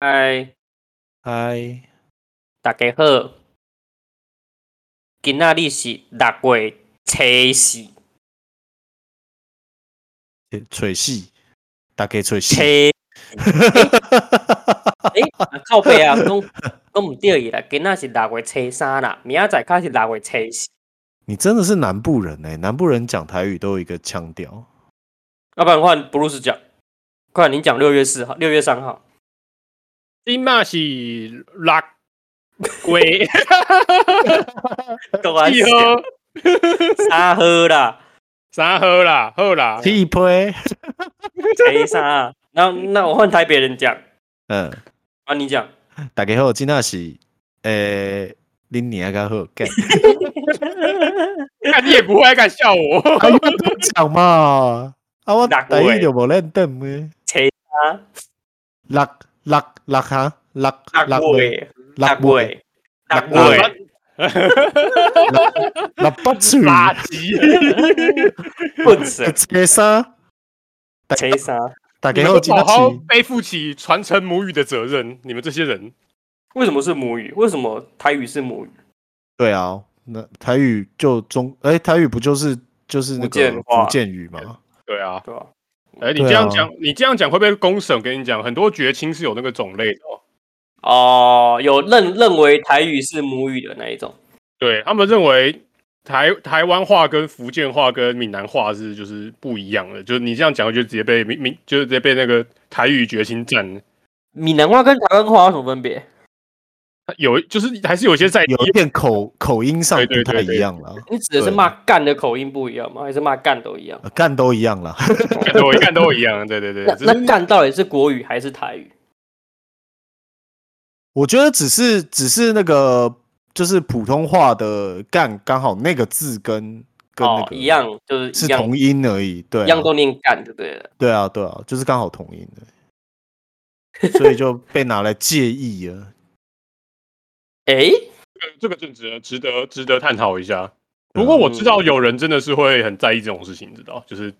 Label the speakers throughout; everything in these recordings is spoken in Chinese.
Speaker 1: 嗨，
Speaker 2: 嗨，
Speaker 1: 大家好。今仔日是六月七 四，
Speaker 2: 锤戏，大家锤戏，
Speaker 1: 七诶、啊靠背啊，讲讲毋对伊啦。今仔是六月七三啦，明仔载较是六月七四。
Speaker 2: 你真的是南部人哎、南部人讲台语都有一个腔调。
Speaker 1: 啊要不然换 Bruce 讲，快你讲六月四号、六月三号。
Speaker 3: 今嘛是拉鬼哎
Speaker 1: 都安
Speaker 3: 一喝
Speaker 1: 三号啦，
Speaker 3: 啥喝啦，喝啦，
Speaker 2: T 杯，
Speaker 1: 七三啊。那那我换台北人讲，
Speaker 2: 嗯，
Speaker 1: 啊你 讲。
Speaker 2: 大家好，今天是诶，恁娘较好 干，
Speaker 3: 看你也不会敢笑我。
Speaker 2: 啊，我都讲嘛，啊，我
Speaker 1: 六
Speaker 2: 台
Speaker 1: 月
Speaker 2: 语就无认得咩，
Speaker 1: 七三
Speaker 2: 六六六哈，六
Speaker 1: 六月，
Speaker 2: 六月，
Speaker 1: 月，六
Speaker 2: 六
Speaker 1: 月，
Speaker 2: 六八岁，
Speaker 3: 垃圾！
Speaker 1: 不止
Speaker 2: 七三，
Speaker 1: 七三。
Speaker 2: 大
Speaker 3: 你
Speaker 2: 家
Speaker 3: 们
Speaker 2: 好，
Speaker 3: 不
Speaker 2: 今天
Speaker 3: 好好
Speaker 2: 是
Speaker 3: 背负起传承母语的责任，你们这些人，
Speaker 1: 为什么是母语？为什么台语是母语？
Speaker 2: 对啊，那台语就中，哎，台语不就是就是那
Speaker 1: 福建
Speaker 2: 个
Speaker 1: 话
Speaker 2: 福建语吗？
Speaker 3: 对啊，
Speaker 1: 对吧？
Speaker 3: 哎、你
Speaker 2: 对啊
Speaker 3: 这样讲，你这样讲会被公审。我跟你讲，很多绝亲是有那个种类的哦。
Speaker 1: 哦，有认认为台语是母语的那一种，
Speaker 3: 对他们认为台台湾话跟福建话跟闽南话是就是不一样的，就是你这样讲就直接被闽闽就是直接被那个台语决心占。
Speaker 1: 闽南话跟台湾话有什么分别？
Speaker 3: 有就是还是有些在地
Speaker 2: 有一点口口音上
Speaker 3: 对
Speaker 2: 不
Speaker 3: 对
Speaker 2: 太
Speaker 3: 对
Speaker 2: 一
Speaker 3: 对
Speaker 2: 样啦，
Speaker 1: 你指的是
Speaker 2: 对
Speaker 1: 骂干的口音不一样吗？还是骂干都一样？
Speaker 2: 呃干都一样啦。
Speaker 3: 看都一看都一样，对对对
Speaker 1: 那，
Speaker 3: 只
Speaker 1: 那
Speaker 3: 是
Speaker 1: 干到底是国语还是台语？
Speaker 2: 我觉得只是只是那个就是普通话的干刚好那个字跟跟那
Speaker 1: 哦，
Speaker 2: 个
Speaker 1: 一样，就是
Speaker 2: 是
Speaker 1: 一样，
Speaker 2: 同音而已，对啊、
Speaker 1: 一样都念干，对不对了？
Speaker 2: 对啊对啊，就是刚好同音的，所以就被拿来介意 了。
Speaker 1: 诶，
Speaker 3: 这个正值得值得值得探讨一下。
Speaker 1: 嗯
Speaker 3: 不过我知道有人真的是会很在意这种事情，知道就是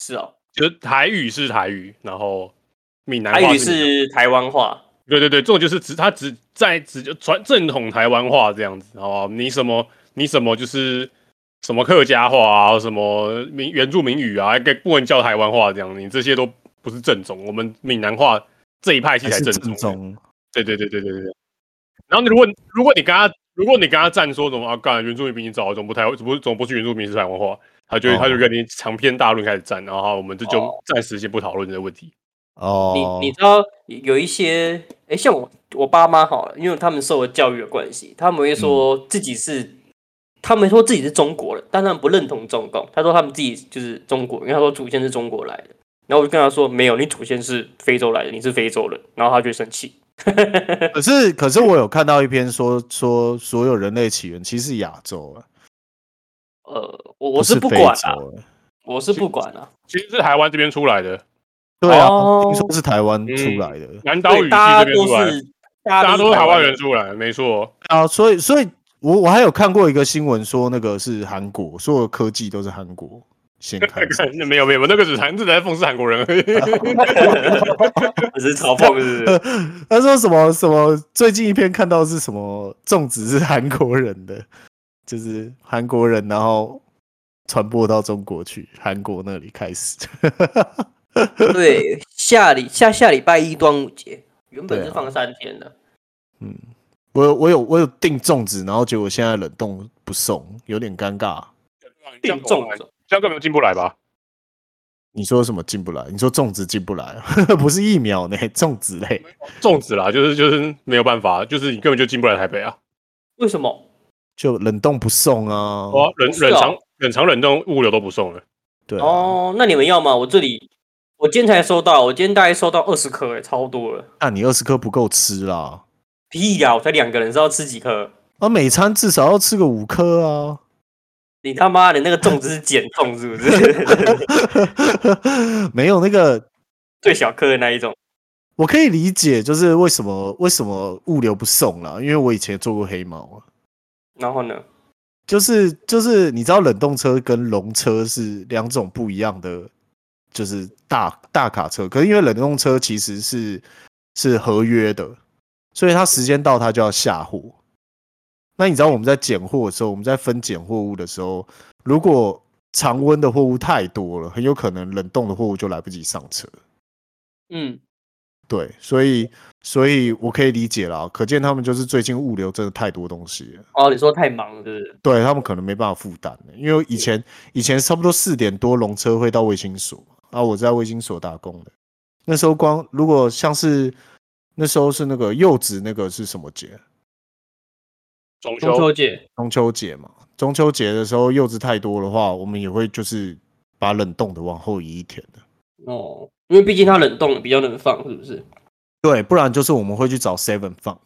Speaker 1: 是哦，
Speaker 3: 就是台语是台语，然后闽南
Speaker 1: 台
Speaker 3: 话闽南
Speaker 1: 语是台湾话，
Speaker 3: 对对对，这种就是只他只在只就传正统台湾话这样子，好不好？你什么你什么就是什么客家话啊，什么民原住民语啊，跟不能叫台湾话这样，你这些都不是正宗。我们闽南话这一派系
Speaker 2: 还
Speaker 3: 才
Speaker 2: 是
Speaker 3: 正
Speaker 2: 正
Speaker 3: 宗。
Speaker 2: 宗，
Speaker 3: 对对对对对对对。然后你如果如果你跟他如果你跟他站说什么啊，干原住民比你早，总部台怎么总部是原住民是台湾话，他就、
Speaker 2: 哦
Speaker 3: 他就跟你长篇大论开始站，然后好我们这就
Speaker 1: 哦
Speaker 3: 暂时先不讨论这个问题。
Speaker 2: 哦，
Speaker 1: 你你知道有一些，哎、像我我爸妈好了，因为他们受了教育的关系，他们会说
Speaker 2: 嗯
Speaker 1: 自己是，他们说自己是中国人，但他们不认同中共，他说他们自己就是中国，因为他说祖先是中国来的。然后我就跟他说，没有，你祖先是非洲来的，你是非洲人。然后他就生气。
Speaker 2: 可是可是我有看到一篇说说所有人类起源其实是亚洲啊，
Speaker 1: 呃，我我
Speaker 2: 是
Speaker 1: 是不
Speaker 2: 非
Speaker 1: 管
Speaker 2: 洲
Speaker 1: 啊，
Speaker 2: 啊
Speaker 1: 我是不管啊。
Speaker 3: 其实是台湾这边出来的，
Speaker 2: 对啊，
Speaker 1: 哦
Speaker 2: 听说是台湾
Speaker 3: 嗯
Speaker 2: 出来的。
Speaker 3: 南岛语系
Speaker 1: 对，
Speaker 3: 这
Speaker 1: 大家
Speaker 3: 边
Speaker 1: 都
Speaker 3: 出来的。
Speaker 1: 是大
Speaker 3: 大
Speaker 1: 家
Speaker 3: 家都
Speaker 1: 都
Speaker 3: 是
Speaker 1: 是
Speaker 3: 台湾
Speaker 1: 人
Speaker 3: 人出来，没错。。
Speaker 2: 啊，所以所以我我还有看过一个新闻说，那个是韩国，所有科技都是韩国先开始
Speaker 3: 那 没有没有，那个只是韩，只是在讽刺韩国人而已。
Speaker 1: 只是嘲讽，是不是？
Speaker 2: 他说什么什么？最近一篇看到是什么粽子是韩国人的， 就是韩国人，然后传播到中国去，韩国那里开始。
Speaker 1: 对，下礼下下礼拜一端午节，原本
Speaker 2: 对
Speaker 1: 是
Speaker 2: 啊
Speaker 1: 放三天的。
Speaker 2: 嗯，我有我有我有订粽子，然后结果现在冷冻不送，有点尴尬。
Speaker 1: 定重了，
Speaker 3: 啊这样根本进不来吧？
Speaker 2: 你说什么进不来？你说粽子进不来， 不是疫苗呢，粽子嘞。
Speaker 3: 粽子啦，就是就是没有办法，就是你根本就进不来台北啊！
Speaker 1: 为什么？
Speaker 2: 就冷冻不送啊。
Speaker 3: 哇，冷
Speaker 1: 是哦
Speaker 3: 冷藏冷藏冷冻物流都不送了。
Speaker 2: 对啊、
Speaker 1: 哦哦，那你们要吗？我这里我今天才收到，我今天大概收到二十颗，哎，超多了。
Speaker 2: 那你二十颗不够吃啦，
Speaker 1: 屁呀！我才两个人，知道吃几颗？
Speaker 2: 啊，每餐至少要吃个五颗啊。
Speaker 1: 你他妈的那个粽子是减重是不是？
Speaker 2: 没有那个，
Speaker 1: 最小颗的那一种。
Speaker 2: 我可以理解，就是为什么为什么物流不送啦，因为我以前做过黑猫啊，
Speaker 1: 然后呢？
Speaker 2: 就是就是你知道冷冻车跟笼车是两种不一样的，就是大大卡车，可是因为冷冻车其实是是合约的，所以它时间到它就要下货。那你知道我们在拣货的时候，我们在分拣货物的时候，如果常温的货物太多了，很有可能冷冻的货物就来不及上车。
Speaker 1: 嗯，
Speaker 2: 对，所以所以我可以理解啦，可见他们就是最近物流真的太多东西了，
Speaker 1: 哦，你说太忙了，是不是？
Speaker 2: 对他们可能没办法负担了。因为以前以前差不多四点多龙车会到卫星所嘛，啊，我在卫星所打工的，那时候光如果像是那时候是那个柚子那个是什么节？
Speaker 3: 中
Speaker 1: 中
Speaker 3: 秋
Speaker 1: 秋节，
Speaker 2: 中秋节嘛，中秋节的时候柚子太多的话，我们也会就是把冷冻的往后移一天的。
Speaker 1: 哦，因为毕竟它冷冻比较能放，是不是？
Speaker 2: 对，不然就是我们会去找 Seven 放，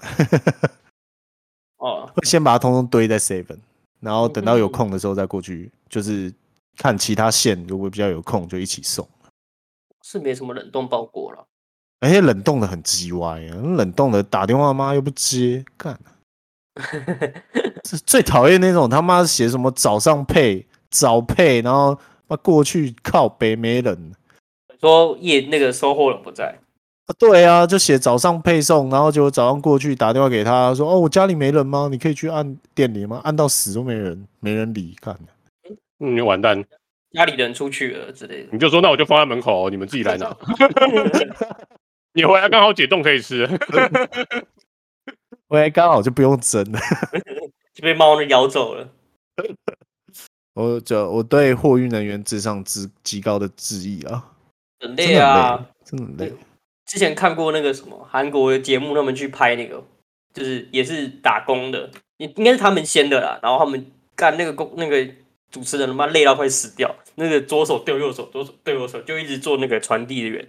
Speaker 1: 哦，
Speaker 2: 会先把它通通堆在 Seven，然后等到有空的时候再过去，就是看其他县如果比较有空就一起送。
Speaker 1: 是没什么冷冻包裹了。
Speaker 2: 而且冷冻的很鸡歪啊，冷冻的打电话妈又不接，干，是最讨厌那种他妈写什么早上配早配，然后妈过去靠北没人。
Speaker 1: 说夜那个收货人不在，
Speaker 2: 啊，对啊，就写早上配送，然后结果早上过去打电话给他说：“哦，我家里没人吗？你可以去按店里吗？按到死都没人，没人理，看
Speaker 3: 嗯，你完蛋，
Speaker 1: 家里人出去了之类的。
Speaker 3: 你就说那我就放在门口，你们自己来 拿。你回来刚好解冻可以吃，
Speaker 2: 喂，刚好就不用争了。
Speaker 1: 就被猫咬走了。
Speaker 2: 我就我对货运人员致上之极高的致意啊，
Speaker 1: 很
Speaker 2: 真
Speaker 1: 累
Speaker 2: 的
Speaker 1: 啊
Speaker 2: 很累，，真的很累。
Speaker 1: 之前看过那个什么韩国的节目，他们去拍那个，就是也是打工的，应应该是他们先的啦。然后他们干那个工，那个主持人他妈累到快死掉，那个左手丢右手，左手丢右手，就一直做那个传递员，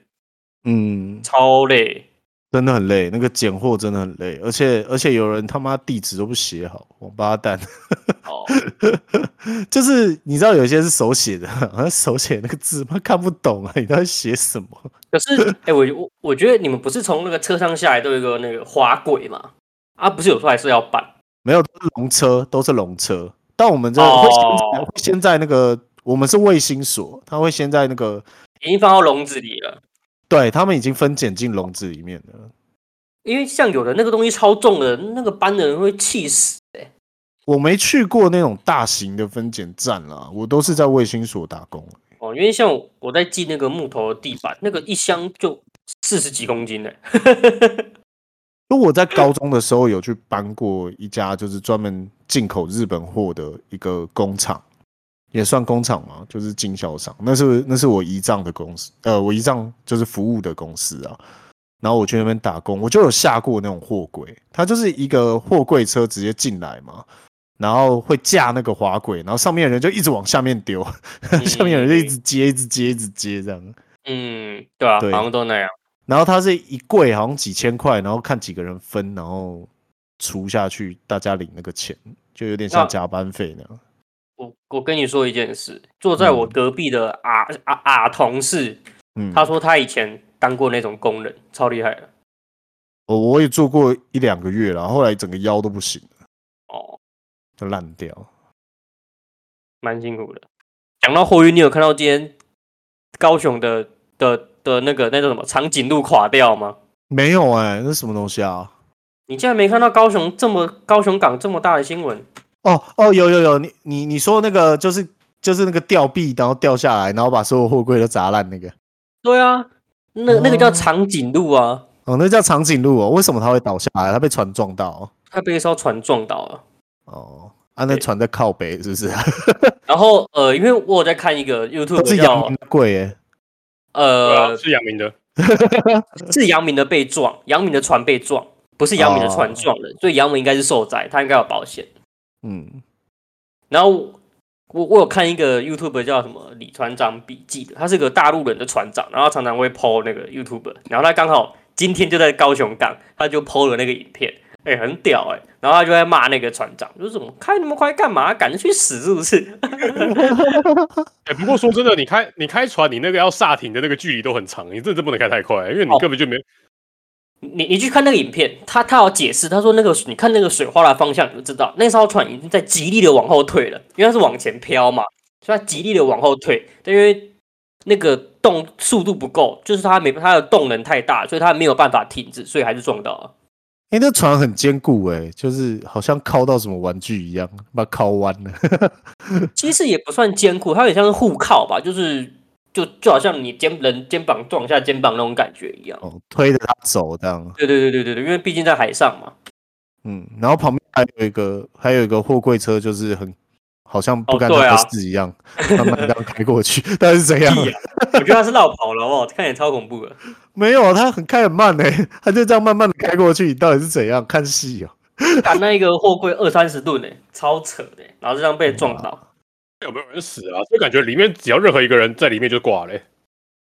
Speaker 2: 嗯，
Speaker 1: 超累。
Speaker 2: 真的很累，那个拣货真的很累，而且而且有人他妈地址都不写好，王八蛋。
Speaker 1: 哦，
Speaker 2: 就是你知道有些是手写的，好像手写那个字妈看不懂啊，你到底写什么？
Speaker 1: 可是哎、我我我觉得你们不是从那个车上下来都有一个那个滑轨嘛？啊，不是有时候还是要办
Speaker 2: 没有，都是龙车，都是龙车。但我们这会先在、
Speaker 1: 哦
Speaker 2: 会先在那个，我们是卫星所，他会先在那个，
Speaker 1: 已经放到笼子里了。
Speaker 2: 对他们已经分拣进笼子里面了。
Speaker 1: 因为像有的那个东西超重的，那个班的人会气死、欸。
Speaker 2: 我没去过那种大型的分拣站啦，我都是在卫星所打工。
Speaker 1: 哦，因为像我我在寄那个木头的地板，那个一箱就四十几公 斤呢、
Speaker 2: 因为我在高中的时候有去搬过一家就是专门进口日本货的一个工厂，也算工厂嘛，就是经销商。那是那是我姨丈的公司，呃，我姨丈就是服务的公司啊。然后我去那边打工，我就有下过那种货柜，它就是一个货柜车直接进来嘛，然后会架那个滑轨，然后上面的人就一直往下面丢， 下面的人就一直接，一直接，一直接这样。
Speaker 1: 嗯，对啊，
Speaker 2: 对
Speaker 1: 好像都那样。
Speaker 2: 然后它是一柜好像几千块，然后看几个人分，然后除下去，大家领那个钱，就有点像
Speaker 1: 那
Speaker 2: 加班费那样。
Speaker 1: 我我跟你说一件事，坐在我
Speaker 2: 嗯
Speaker 1: 隔壁的啊啊啊同事，
Speaker 2: 嗯，
Speaker 1: 他说他以前当过那种工人，超厉害的。
Speaker 2: 我我也做过一两个月啦，后来整个腰都不行了，
Speaker 1: 哦，
Speaker 2: 就烂掉。
Speaker 1: 蛮辛苦的。讲到货运，你有看到今天高雄的的的那个那叫什么长颈鹿垮掉吗？
Speaker 2: 没有哎、那是什么东西啊？
Speaker 1: 你竟然没看到高雄这么高雄港这么大的新闻？
Speaker 2: 哦哦，有有有，你你你说那个就是就是那个吊臂，然后掉下来，然后把所有货柜都砸烂那个。
Speaker 1: 对啊，那那个叫
Speaker 2: 哦
Speaker 1: 长颈鹿啊，
Speaker 2: 哦，那叫长颈鹿哦。为什么它会倒下来？它被船撞到哦。
Speaker 1: 它被一艘船撞倒了。
Speaker 2: 哦，啊，那
Speaker 1: 对
Speaker 2: 船在靠北是不是？
Speaker 1: 然后呃，因为我有在看一个 YouTube
Speaker 2: 都 是
Speaker 1: 叫
Speaker 2: 洋贵哎。
Speaker 3: 对啊
Speaker 1: 呃
Speaker 3: 是杨明的。
Speaker 1: 是杨明的被撞，杨明的船被撞，不是杨明的船
Speaker 2: 哦
Speaker 1: 撞的，所以杨明应该是受灾，他应该有保险。
Speaker 2: 嗯，
Speaker 1: 然后我我有看一个 YouTube 叫什么李船长笔记的，他是个大陆人的船长，然后常常会 PO 那个 YouTube，然后他刚好今天就在高雄港，他就 PO 了那个影片，哎、很屌哎、然后他就在骂那个船长，就是怎么开那么快干嘛，赶着去死是不是？
Speaker 3: 哎、不过说真的，你开你开船，你那个要煞停的那个距离都很长，你真的不能开太快，因为你
Speaker 1: 哦
Speaker 3: 根本就没
Speaker 1: 你你去看那个影片，他他有解释，他说那个你看那个水花的方向，你就知道那艘船已经在极力的往后退了，因为它是往前飘嘛，所以它极力的往后退，但因为那个动速度不够，就是它没它的动能太大，所以它没有办法停止，所以还是撞到了。
Speaker 2: 哎、那船很坚固哎、就是好像靠到什么玩具一样，把它靠弯了。
Speaker 1: 其实也不算坚固，它有点像是互靠吧，就是就就好像你肩人肩膀撞一下肩膀那种感觉一样。
Speaker 2: 哦，推着它走这样。
Speaker 1: 对对对对对对，因为毕竟在海上嘛。
Speaker 2: 嗯，然后旁边还有一个还有一个货柜车，就是很好像不
Speaker 1: 哦
Speaker 2: 干
Speaker 1: 对
Speaker 2: 他
Speaker 1: 啊
Speaker 2: 的事一样，慢慢这样开过去。但是怎样？
Speaker 1: 屁呀我觉得它是绕跑了哦，看起来超恐怖的。
Speaker 2: 没有，他很开很慢呢、他就这样慢慢的开过去。到底是怎样看戏哦、
Speaker 1: 赶那一个货柜二三十吨呢、超扯的欸、然后就这样被撞到。
Speaker 3: 有没有人死啊，就感觉里面只要任何一个人在里面就挂了、欸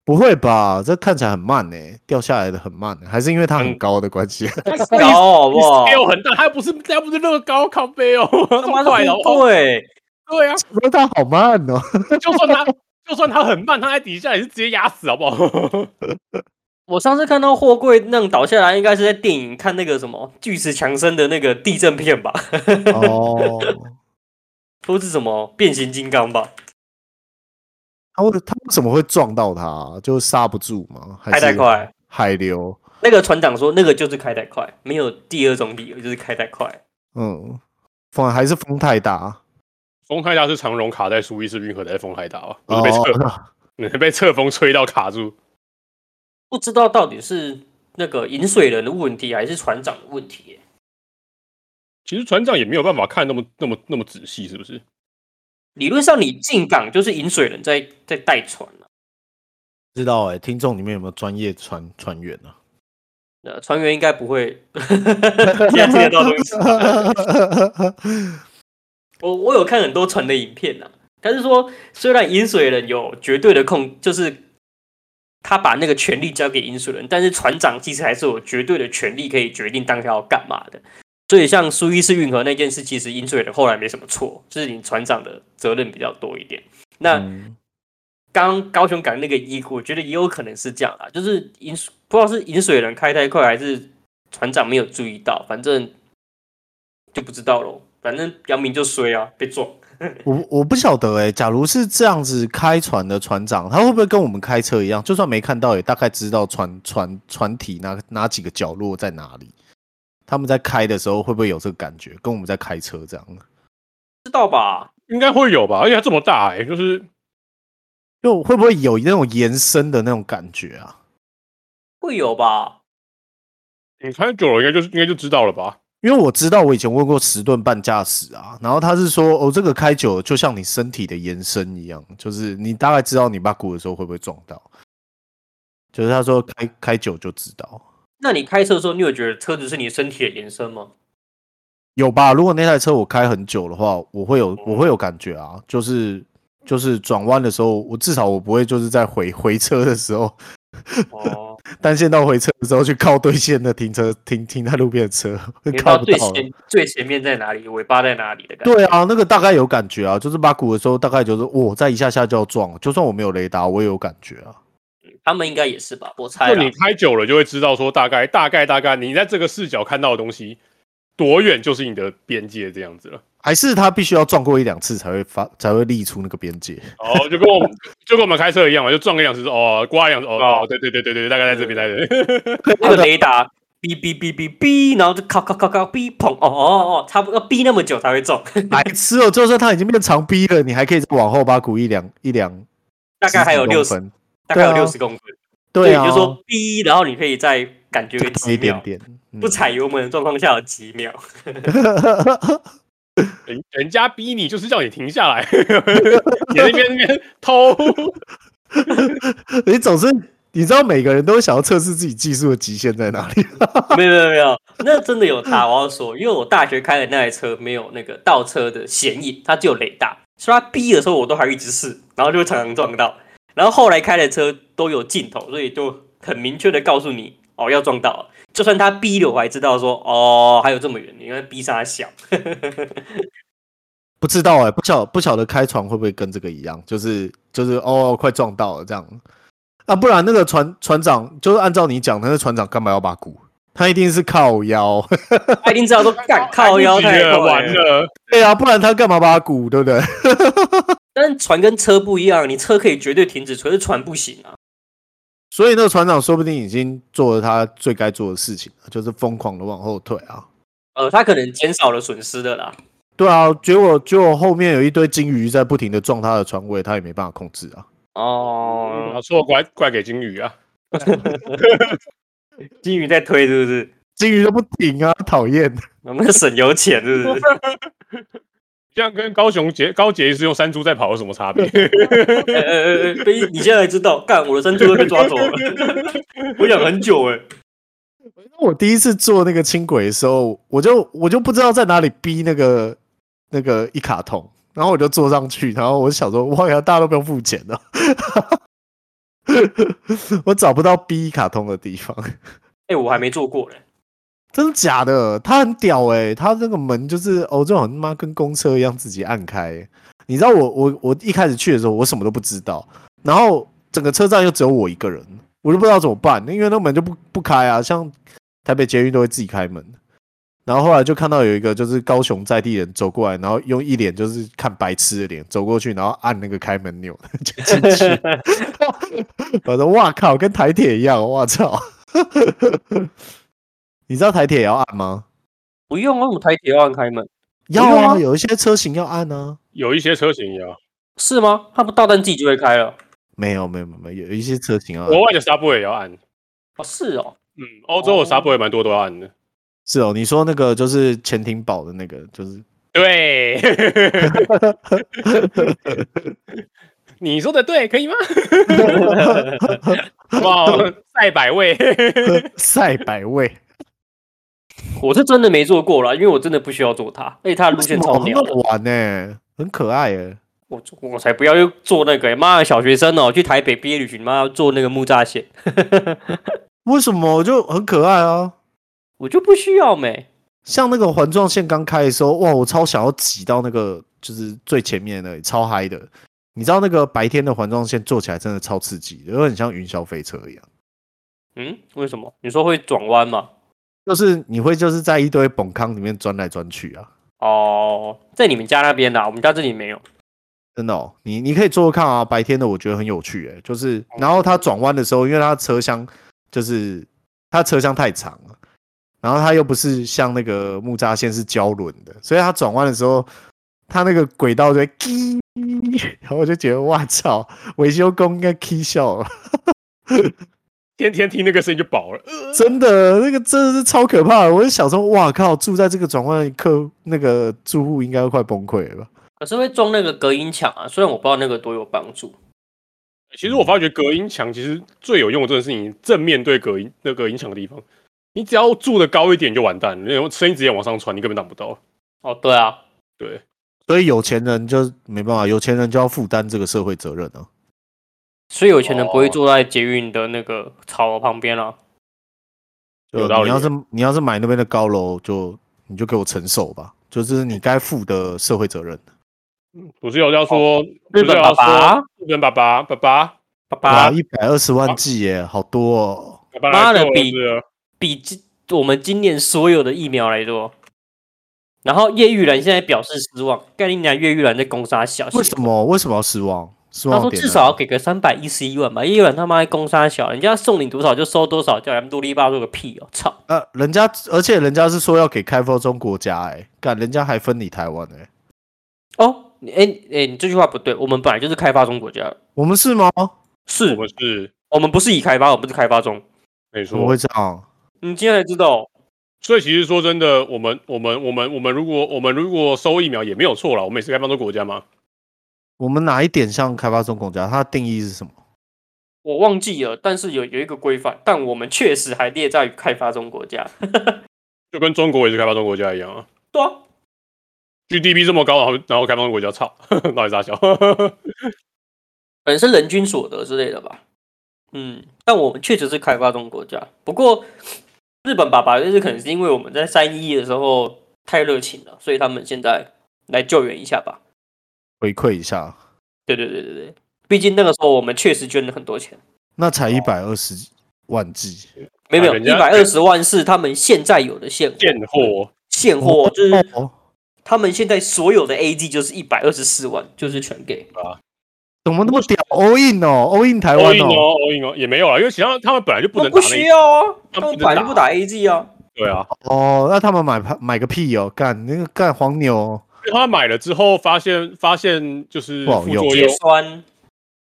Speaker 2: 不会吧？这看起来很慢呢、掉下来的很慢、还是因为它很
Speaker 3: 嗯
Speaker 2: 高的关系？
Speaker 1: 高好不好？
Speaker 3: 没有很大，它又不是它又不是乐高靠背哦，
Speaker 1: 他妈
Speaker 3: 这么快
Speaker 1: 的
Speaker 3: 的，
Speaker 1: 货柜，
Speaker 3: 对啊，
Speaker 2: 不过它好慢哦、
Speaker 3: 就算它就算它很慢，它在底下也是直接压死，好不好？
Speaker 1: 我上次看到货柜那样倒下来，应该是在电影看那个什么巨石强森的那个地震片吧，
Speaker 2: 哦，
Speaker 1: 不是什么变形金刚吧？
Speaker 2: 他为啊他为什么会撞到他、啊就刹不住吗？还
Speaker 1: 开太
Speaker 2: 是
Speaker 1: 快。
Speaker 2: 海流？
Speaker 1: 那个船长说，那个就是开太快，没有第二种理由，就是开太快。
Speaker 2: 嗯，风还是风太大啊
Speaker 3: 风太大是长荣卡在苏伊士运河的风太大吧？不是
Speaker 2: 哦
Speaker 3: 被 侧、 被侧风吹到卡住，
Speaker 1: 不知道到底是那个饮水人的问题，还是船长的问题欸、
Speaker 3: 其实船长也没有办法看那么那么那么仔细，是不是？
Speaker 1: 理论上，你进港就是饮水人在在带船啊
Speaker 2: 不知道哎、听众里面有没有专业船船员啊？
Speaker 1: 呃，船员应该不会现在听得到东西。我我有看很多船的影片呐、他是说虽然饮水人有绝对的控，就是他把那个权力交给饮水人，但是船长其实还是有绝对的权利可以决定当下要干嘛的。所以像苏伊士运河那件事，其实饮水人后来没什么错，就是你船长的责任比较多一点。那、
Speaker 2: 嗯
Speaker 1: 刚高雄港那个一，我觉得也有可能是这样啦，就是饮水不知道是饮水人开太快，还是船长没有注意到，反正就不知道喽。反正杨明就衰啊，被撞。
Speaker 2: 我我不晓得哎、假如是这样子开船的船长，他会不会跟我们开车一样，就算没看到，也大概知道船船船体哪哪几个角落在哪里？他们在开的时候会不会有这个感觉，跟我们在开车这样？
Speaker 1: 知道吧？
Speaker 3: 应该会有吧？而且它这么大、欸，就是
Speaker 2: 就会不会有那种延伸的那种感觉啊？
Speaker 1: 会有吧？
Speaker 3: 你开久了，应该就是应该就知道了吧？
Speaker 2: 因为我知道我以前问过迟钝半驾驶啊，然后他是说哦，这个开久了就像你身体的延伸一样，就是你大概知道你把鼓的时候会不会撞到，就是他说开开久就知道
Speaker 1: 那你开车的时候，你有觉得车子是你身体的延伸 吗？
Speaker 2: 有吧？如果那台车我开很久的话，我会有我会有感觉啊，就是就是转弯的时候，我至少我不会就是在回回车的时候，
Speaker 1: 哦，
Speaker 2: 单线道回车的时候去靠对线的停车停停在路边的车，会
Speaker 1: 你知
Speaker 2: 靠
Speaker 1: 道
Speaker 2: 不
Speaker 1: 最
Speaker 2: 到了。
Speaker 1: 前最前面在哪里，尾巴在哪里的感觉。
Speaker 2: 对啊，那个大概有感觉啊，就是把鼓的时候，大概就是我在一下下就要撞了，就算我没有雷达，我也有感觉啊。
Speaker 1: 他们应该也是吧？我猜
Speaker 3: 就
Speaker 1: 啦
Speaker 3: 你开久了就会知道说大概大概大概你在这个视角看到的东西多远就是你的边界这样子了。
Speaker 2: 还是他必须要撞过一两次才会发才会立出那个边界。
Speaker 3: 哦，就跟我们就跟我们开车一样嘛，就撞个两时哦，刮两时哦，哦对对对对对，大概在这边，在这边。
Speaker 1: 那个雷达哔哔哔哔哔，然后就咔咔咔咔哔砰，哦哦哦，差不多要哔那么久才会 中，
Speaker 2: 白痴哦，就算他已经变长逼了，你还可以再往后把鼓一两一两，
Speaker 1: 大概还有
Speaker 2: 10
Speaker 1: 六
Speaker 2: 公
Speaker 1: 十，
Speaker 2: 分。
Speaker 1: 大概有
Speaker 2: 对啊
Speaker 1: 六十公分。
Speaker 2: 对
Speaker 1: 所
Speaker 2: 啊，
Speaker 1: 以你就说哔，然后你可以在感觉个
Speaker 2: 一
Speaker 1: 几
Speaker 2: 点
Speaker 1: 秒，
Speaker 2: 点，嗯
Speaker 1: 不踩油门的状况下有几秒。
Speaker 3: 人人家逼你就是叫你停下来， 你在那边那边偷，
Speaker 2: 你嗯总是你知道每个人都想要测试自己技术的极限在哪里。
Speaker 1: 没有没有没有，那真的有差。我要说，因为我大学开的那台车没有那个倒车的显影，它只有雷达，所以他逼的时候我都还一直试，然后就常常撞到。然后后来开的车都有镜头，所以就很明确的告诉你哦要撞到了。就算他逼了，我还知道说哦还有这么远，因为逼他小。
Speaker 2: 不知道哎、不晓不晓得开船会不会跟这个一样，就是就是哦，快撞到了这样啊，不然那个船船长就是按照你讲，那个船长干嘛要把鼓？他一定是靠腰，
Speaker 1: 他一定知道说干靠腰
Speaker 3: 来不及
Speaker 1: 太快
Speaker 3: 了
Speaker 1: 了
Speaker 3: 完了，
Speaker 2: 对啊，不然他干嘛把鼓，对不对？
Speaker 1: 但是船跟车不一样，你车可以绝对停止，可是船不行啊。
Speaker 2: 所以那个船长说不定已经做了他最该做的事情了，就是疯狂的往后退啊。
Speaker 1: 呃，他可能减少了损失的啦。
Speaker 2: 对啊，结果结果后面有一堆金鱼在不停的撞他的船尾，他也没办法控制啊。
Speaker 1: 哦，
Speaker 3: 把错怪怪给金鱼啊，
Speaker 1: 金鱼在推是不是？
Speaker 2: 金鱼都不停啊，讨厌！
Speaker 1: 我们省油钱是 不是？
Speaker 3: 这样跟高雄杰高杰是用山猪在跑有什么差别？
Speaker 1: 呃呃呃，被你现在才知道，干我的山猪都被抓走了， 我养很久哎、
Speaker 2: 我第一次坐那个轻轨的时候，我就我就不知道在哪里逼那个那个一卡通，然后我就坐上去，然后我想说，哇，原来大家都不用付钱的、 我找不到逼一卡通的地方。
Speaker 1: 哎、我还没做过嘞、
Speaker 2: 真的假的？它很屌哎、它那个门就是哦，就好像妈跟公车一样自己按开欸、你知道我我我一开始去的时候，我什么都不知道，然后整个车站又只有我一个人，我就不知道怎么办，因为那门就不不开啊，像台北捷运都会自己开门。然后后来就看到有一个就是高雄在地人走过来，然后用一脸就是看白痴的脸走过去，然后按那个开门钮就进去。我说哇靠，跟台铁一样，哇操！你知道台铁也要按吗？
Speaker 1: 不用啊，我台铁要按开门
Speaker 2: 要
Speaker 1: 用
Speaker 2: 啊，
Speaker 1: 吗
Speaker 2: 有一些车型要按啊。
Speaker 3: 有一些车型也啊，
Speaker 1: 是吗？它不到站自己就会开了？
Speaker 2: 没有没有没有没有，有一啊些车型要按。
Speaker 3: 国外的 Subway 也要按，
Speaker 1: 哦，是哦，
Speaker 3: 嗯，欧洲的
Speaker 1: 哦
Speaker 3: Subway 蛮多都要按的。
Speaker 2: 是哦，你说那个就是潜艇堡的那个， 就是
Speaker 3: 对，你说的对，可 以吗？哇，赛百味，
Speaker 2: 赛百味。
Speaker 1: 我是真的没做过啦，因为我真的不需要做它，而且它的路线超
Speaker 2: 很
Speaker 1: 鸟
Speaker 2: 好
Speaker 1: 的。
Speaker 2: 玩呢、欸很可爱耶、
Speaker 1: 我我才不要又做那个、欸，妈的小学生哦、去台北毕业旅行，妈要做那个木栅线，
Speaker 2: 为什么我就很可爱啊？
Speaker 1: 我就不需要没。
Speaker 2: 像那个环状线刚开的时候，哇，我超想要挤到那个就是最前面那里，超嗨的。你知道那个白天的环状线做起来真的超刺激的，有点像云霄飞车一样，
Speaker 1: 嗯，为什么？你说会转弯吗？
Speaker 2: 就是你会就是在一堆崩坑里面钻来钻去啊。
Speaker 1: 哦，在你们家那边啦，我们家这里没有。
Speaker 2: 真的哦，你你可以做做看啊，白天的我觉得很有趣诶、就是然后它转弯的时候，因为它车厢就是它车厢太长了，然后它又不是像那个木栅线是胶轮的，所以它转弯的时候，它那个轨道就会叽，然后我就觉得哇操，维修工应该 k 笑 了，
Speaker 3: 天天听那个声音就饱了。
Speaker 2: 真的那个真的是超可怕的，我就想说哇靠，住在这个转弯的客那个住户应该会快崩溃了吧？
Speaker 1: 可是会装那个隔音墙啊，虽然我不知道那个多有帮助。
Speaker 3: 其实我发觉隔音墙其实最有用的，真的是你正面对隔音那个音墙的地方，你只要住的高一点就完蛋了，因为声音直接往上传，你根本挡不到。
Speaker 1: 哦，对啊，
Speaker 3: 对，
Speaker 2: 所以有钱人就没办法，有钱人就要负担这个社会责任啊。
Speaker 1: 所以有钱人不会
Speaker 3: 哦
Speaker 1: 坐在捷运的那个草旁边啊。
Speaker 2: 就
Speaker 3: 有道
Speaker 2: 你
Speaker 3: 理欸
Speaker 2: 要是你要是买那边的高楼，就你就给我承受吧，就是你该负的社会责任。
Speaker 3: 不是有要说不
Speaker 1: 日
Speaker 3: 是
Speaker 1: 本
Speaker 3: 有
Speaker 1: 爸
Speaker 3: 要说
Speaker 1: 爸，
Speaker 3: 日本爸爸爸爸
Speaker 1: 爸
Speaker 2: 哇，
Speaker 1: 爸，
Speaker 2: 啊一百二十万计耶，好多哦！
Speaker 3: 爸爸
Speaker 1: 妈
Speaker 3: 来
Speaker 1: 的
Speaker 3: 救儿
Speaker 1: 比
Speaker 3: 子了，
Speaker 1: 比今我们今年所有的疫苗来多。然后叶玉兰现在表示失望，干你娘！叶玉兰在攻杀小，
Speaker 2: 为什么为什么要失望？失
Speaker 1: 他
Speaker 2: 望的
Speaker 1: 说
Speaker 2: 点啊
Speaker 1: 至
Speaker 2: 呢
Speaker 1: 少要给个三百一十一万吧，叶玉兰他妈在攻杀小，人家送你多少就收多少，叫 M 杜丽巴做个屁哦！操！
Speaker 2: 呃，人家而且人家是说要给开发中国家哎，干人家还分你台湾哎，
Speaker 1: 哦，你哎哎，你这句话不对，我们本来就是开发中国家，
Speaker 2: 我们是吗？
Speaker 3: 我
Speaker 1: 是
Speaker 3: 们是
Speaker 1: 我们不是已开发，我们是开发中。
Speaker 3: 没
Speaker 2: 怎么
Speaker 3: 错
Speaker 2: 会。这样？
Speaker 1: 你今天才知道，
Speaker 3: 所以其实说真的，我们我们我们我们如果我们如果收疫苗也没有错啦，我们也是开放中国家嘛。
Speaker 2: 我们哪一点像开发中国家？它的定义是什么？
Speaker 1: 我忘记了，但是有有一个规范，但我们确实还列在于开发中国家。
Speaker 3: 就跟中国也是开发中国家一样啊。
Speaker 1: 对啊，
Speaker 3: GDP 这么高，然后然后开放国家操， 到底咋想？
Speaker 1: 可能是人均所得之类的吧。嗯，但我们确实是开发中国家。不过，日本爸爸就是可能是因为我们在三一的时候太热情了，所以他们现在来救援一下吧。
Speaker 2: 回馈一下，
Speaker 1: 对对对对对，毕竟那个时候我们确实捐了很多钱，
Speaker 2: 那才一百二十万剂，
Speaker 1: 没有没有，
Speaker 3: 啊人
Speaker 1: 一
Speaker 3: 家
Speaker 1: 百二十万是他们现在有的现货
Speaker 3: 贱货，
Speaker 1: 现货就是
Speaker 2: 哦，
Speaker 1: 他们现在所有的 AG 就是一百二十四万，就是全给。
Speaker 2: 怎么那么屌？all in 哦，all in 台湾
Speaker 3: all in 哦
Speaker 2: 哦，
Speaker 3: ，all in 哦，也没有啦，因为实际上他们本来就不能
Speaker 1: 不
Speaker 3: 打
Speaker 1: 需
Speaker 3: 那
Speaker 1: 要啊，
Speaker 3: 他
Speaker 1: 他
Speaker 3: 们
Speaker 1: 们
Speaker 3: 不能
Speaker 1: 本来就不打 AG 啊。
Speaker 3: 对啊，
Speaker 2: 哦，那他们买盘买个屁哦，干那个干黄牛哦，
Speaker 3: 因为他买了之后发现发现就是
Speaker 2: 不好
Speaker 3: 副
Speaker 2: 用
Speaker 3: 作
Speaker 1: 血
Speaker 3: 用，
Speaker 1: 栓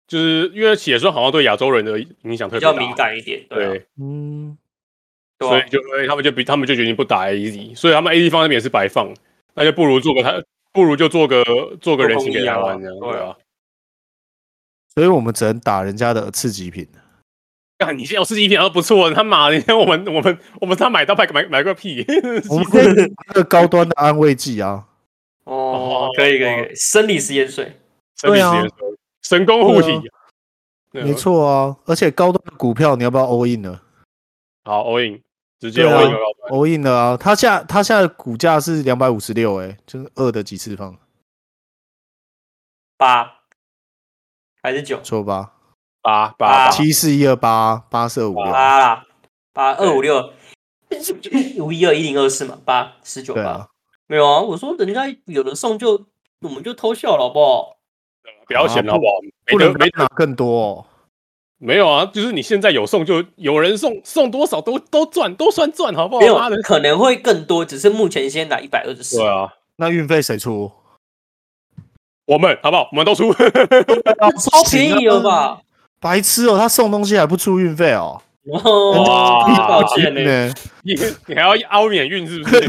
Speaker 3: 就是因为血栓好像对亚洲人的影响特
Speaker 1: 比
Speaker 3: 别大
Speaker 1: 较敏，感一点，对啊
Speaker 3: 对，
Speaker 2: 嗯，
Speaker 1: 对啊
Speaker 3: 所以
Speaker 1: 吧？
Speaker 3: 就哎所以他们就比他们就决定不打 AED，所以他们 AED 放在那边也是白放，那就不如做个他不如就做个做个人情给台湾这样，
Speaker 1: 做公益啊
Speaker 3: 对啊。
Speaker 2: 所以我们只能打人家的次级品。
Speaker 3: 干，你现在有四级片都不错，他妈的！你看我们我们我们他买到买买买个屁！
Speaker 2: 我们可以打那个高端的安慰剂啊，
Speaker 1: 哦，可以可以可以，生理实验水，
Speaker 3: 生理
Speaker 2: 对啊
Speaker 3: 实验室神功护体，对啊
Speaker 2: 没。错啊，而且高端的股票你要不要 all in 呢
Speaker 3: 好，all in，直接
Speaker 2: 对啊
Speaker 3: all in 了老板
Speaker 2: ？all in 了啊，它现在它现在的股价是两百五十六，哎，就是二的几次方，
Speaker 1: 八还是九？
Speaker 2: 错吧？
Speaker 3: 八
Speaker 1: 啊
Speaker 3: 八八
Speaker 2: 七四一二八八四二五六，
Speaker 1: 八啦，八
Speaker 3: 对
Speaker 1: 二五六，五一二一零二四嘛，八十九
Speaker 2: 对
Speaker 1: 八
Speaker 2: 啊，，
Speaker 1: 没有啊，我说人家有的送就我们就偷笑了好不好？
Speaker 3: 不要钱
Speaker 2: 啊
Speaker 3: 好不好？没
Speaker 2: 不
Speaker 3: 得
Speaker 2: 能
Speaker 3: 没
Speaker 2: 拿
Speaker 3: 得
Speaker 2: 更多哦。
Speaker 3: 没有啊，就是你现在有送就有人送送多少都都赚都算赚好不好？
Speaker 1: 没有
Speaker 3: 妈的，，
Speaker 1: 可能会更多，只是目前先拿一百二十四
Speaker 3: 对。啊，
Speaker 2: 那运费谁出？
Speaker 3: 我们好不好？我们都出，
Speaker 1: 超便宜了吧？
Speaker 2: 白痴哦，他送东西还不出运费哦。
Speaker 1: 哇，
Speaker 3: 哇
Speaker 1: 抱歉呢、
Speaker 2: 呢，
Speaker 3: 你你还要凹免运是不 是？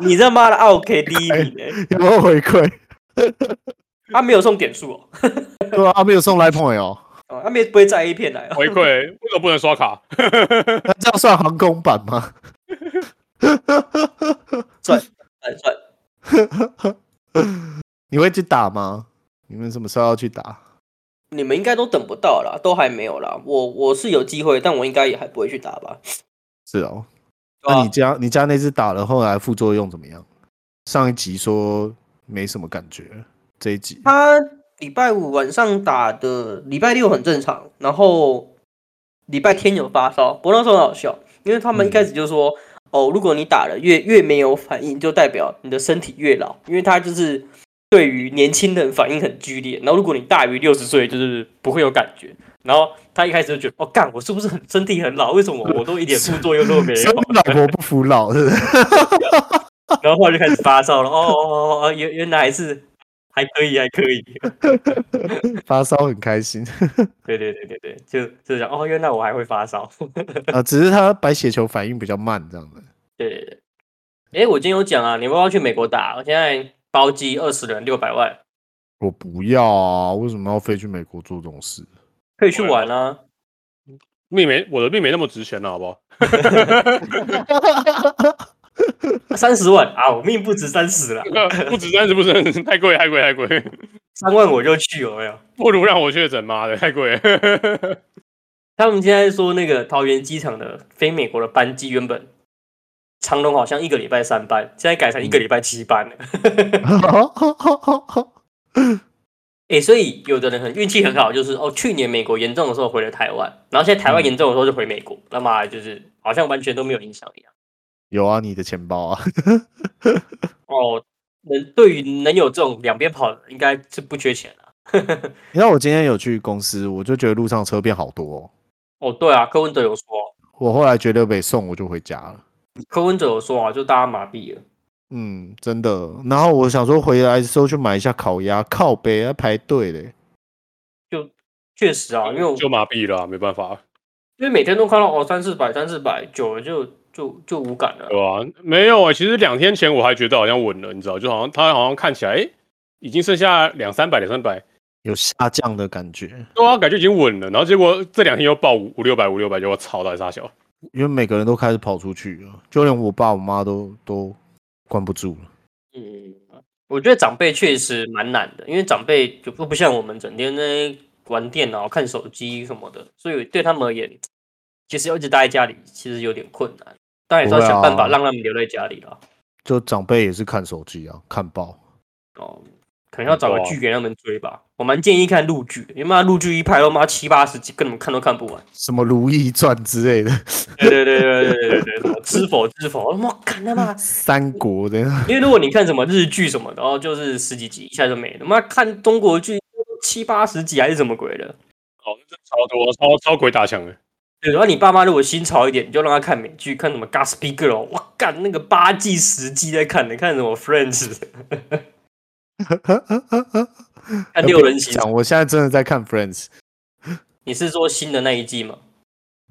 Speaker 1: 你这妈的奥 K 第一名、欸，
Speaker 2: 有没有回馈？
Speaker 1: 他没有送点数哦，
Speaker 2: 对啊，他没有送 Line Point 哦。
Speaker 1: 哦他没不会在 A 片来哦。
Speaker 3: 回馈为什么不能刷卡？
Speaker 2: 那这样算航空版吗？
Speaker 1: 赚赚赚，
Speaker 2: 你会去打吗？你们什么时候要去打？
Speaker 1: 你们应该都等不到啦，都还没有啦。我我是有机会，但我应该也还不会去打吧。
Speaker 2: 是哦，
Speaker 1: 对
Speaker 2: 那
Speaker 1: 啊吧
Speaker 2: 你家你家那只打了，后来副作用怎么样？上一集说没什么感觉，这一集
Speaker 1: 他礼拜五晚上打的，礼拜六很正常，然后礼拜天有发烧，不过那时候很好笑，因为他们一开始就说，哦，如果你打了越越没有反应，就代表你的身体越老，因为他就是对于年轻人反应很剧烈，然后如果你大于六十岁，就是不会有感觉。然后他一开始就觉得，哦，干，我是不是很身体很老？为什么我都一点副作用都没
Speaker 2: 所
Speaker 1: 有
Speaker 2: 以？你老婆不服老是不是？
Speaker 1: 然后后来就开始发烧了，哦哦哦哦，原原来还是还可以，还可以。
Speaker 2: 发烧很开心
Speaker 1: 对对对对对，就就讲哦，原来我还会发烧。
Speaker 2: 啊，只是他白血球反应比较慢这样的。
Speaker 1: 对对对，哎，我今天有讲啊，你要不要去美国打？我现在包机二十人六百万，
Speaker 2: 我不要啊！为什么要飞去美国做这种事？
Speaker 1: 可以去玩啊。
Speaker 3: 命没我的命没那么值钱了，好不 好？
Speaker 1: 三十万啊，我命不值三十了，
Speaker 3: 不值三十，不值30太贵，太贵，太贵，
Speaker 1: 三万我就去，有没有？
Speaker 3: 不如让我确诊，妈的，太贵。
Speaker 1: 他们现在说那个桃园机场的飞美国的班机，原本长龙好像一个礼拜三班，现在改成一个礼拜七班了。哎、所以有的人很运气很好，就是哦，去年美国严重的时候回了台湾，然后现在台湾严重的时候就回美国，那么就是好像完全都没有影响一样。
Speaker 2: 有啊，你的钱包啊，
Speaker 1: 哦，能对于能有这种两边跑的，应该是不缺钱了。
Speaker 2: 你知道我今天有去公司，我就觉得路上车变好多、哦。
Speaker 1: 哦，对啊，柯文哲有说，
Speaker 2: 我后来觉得被送，我就回家了。
Speaker 1: 柯文哲有说啊，就大家麻痹了。
Speaker 2: 嗯，真的。然后我想说回来的时候去买一下烤鸭，靠北要排队嘞。
Speaker 1: 确实啊，因为我
Speaker 3: 就麻痹了啊、没办法，
Speaker 1: 因为每天都看到哦三四百三四百，久了就就就无感了
Speaker 3: 对。吧、没有啊、其实两天前我还觉得好像稳了，你知道，就好像他好像看起来，哎、已经剩下两三百，两三百，
Speaker 2: 有下降的感觉，
Speaker 3: 对啊，感觉已经稳了。然后结果这两天又爆五五六百，五六百，就我操，到底啥小？
Speaker 2: 因为每个人都开始跑出去了，就连我爸我妈都都关不住了。
Speaker 1: 嗯，我觉得长辈确实蛮难的，因为长辈就不不像我们整天在玩电脑、看手机什么的，所以对他们而言，其实要一直待在家里其实有点困难。当然也是要想办法
Speaker 2: 不会啊
Speaker 1: 让他们留在家里了。
Speaker 2: 就长辈也是看手机啊，看报。
Speaker 1: 哦，可能要找个
Speaker 3: 哇
Speaker 1: 剧给他们追吧。我蛮建议看陆剧，因为妈陆剧一拍都妈七八十集，根本看都看不完。
Speaker 2: 什么《如懿传》之类的，
Speaker 1: 对对对对对对对对，知否知否，我干他妈！
Speaker 2: 三国的，
Speaker 1: 因为如果你看什么日剧什么的，然后就是十几集一下就没了。妈看中国剧七八十集还是什么鬼的？
Speaker 3: 哦，那真的超多，超超鬼打墙的。
Speaker 1: 对，然后你爸妈如果新潮一点，你就让他看美剧，看什么《Gossip Girl》，哇干那个八季十季在看的，看什么《Friends》，看六人 行。
Speaker 2: 讲，我现在真的在看《Friends》，
Speaker 1: 你是说新的那一季吗？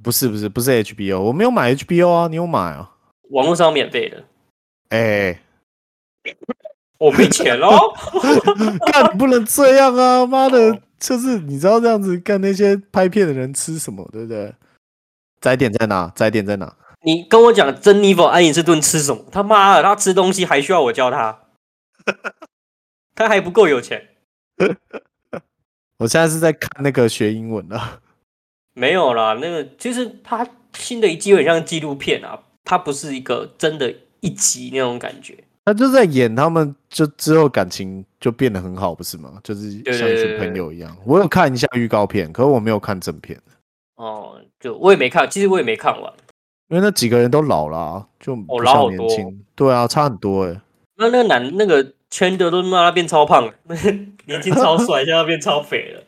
Speaker 2: 不是不是不是 HBO，我没有买 HBO 啊，你有买啊？
Speaker 1: 网络上免费的，
Speaker 2: 哎、
Speaker 1: 我没钱喽。
Speaker 2: 干你不能这样啊！妈的，就是你知道这样子干那些拍片的人吃什么，对不对？载点在哪？载点在哪？
Speaker 1: 你跟我讲珍妮佛·安妮斯顿吃什么？他妈的，他吃东西还需要我教他？他还不够有钱？
Speaker 2: 我现在是在看那个学英文啊的，
Speaker 1: 没有啦，那个其实他新的一季有点像纪录片啊，它不是一个真的一集那种感觉。
Speaker 2: 他就在演他们就之后感情就变得很好，不是吗？就是像一群朋友一样。我有看一下预告片，可是我没有看正片，
Speaker 1: 哦，就我也没看，其实我也没看完。
Speaker 2: 因为那几个人都老了、啊，就不
Speaker 1: 老
Speaker 2: 像
Speaker 1: 好
Speaker 2: 年
Speaker 1: 多
Speaker 2: 轻。对啊，差很多哎、
Speaker 1: 那那个男那个圈的都他妈变超胖了， 年轻超帅，现在变超肥了。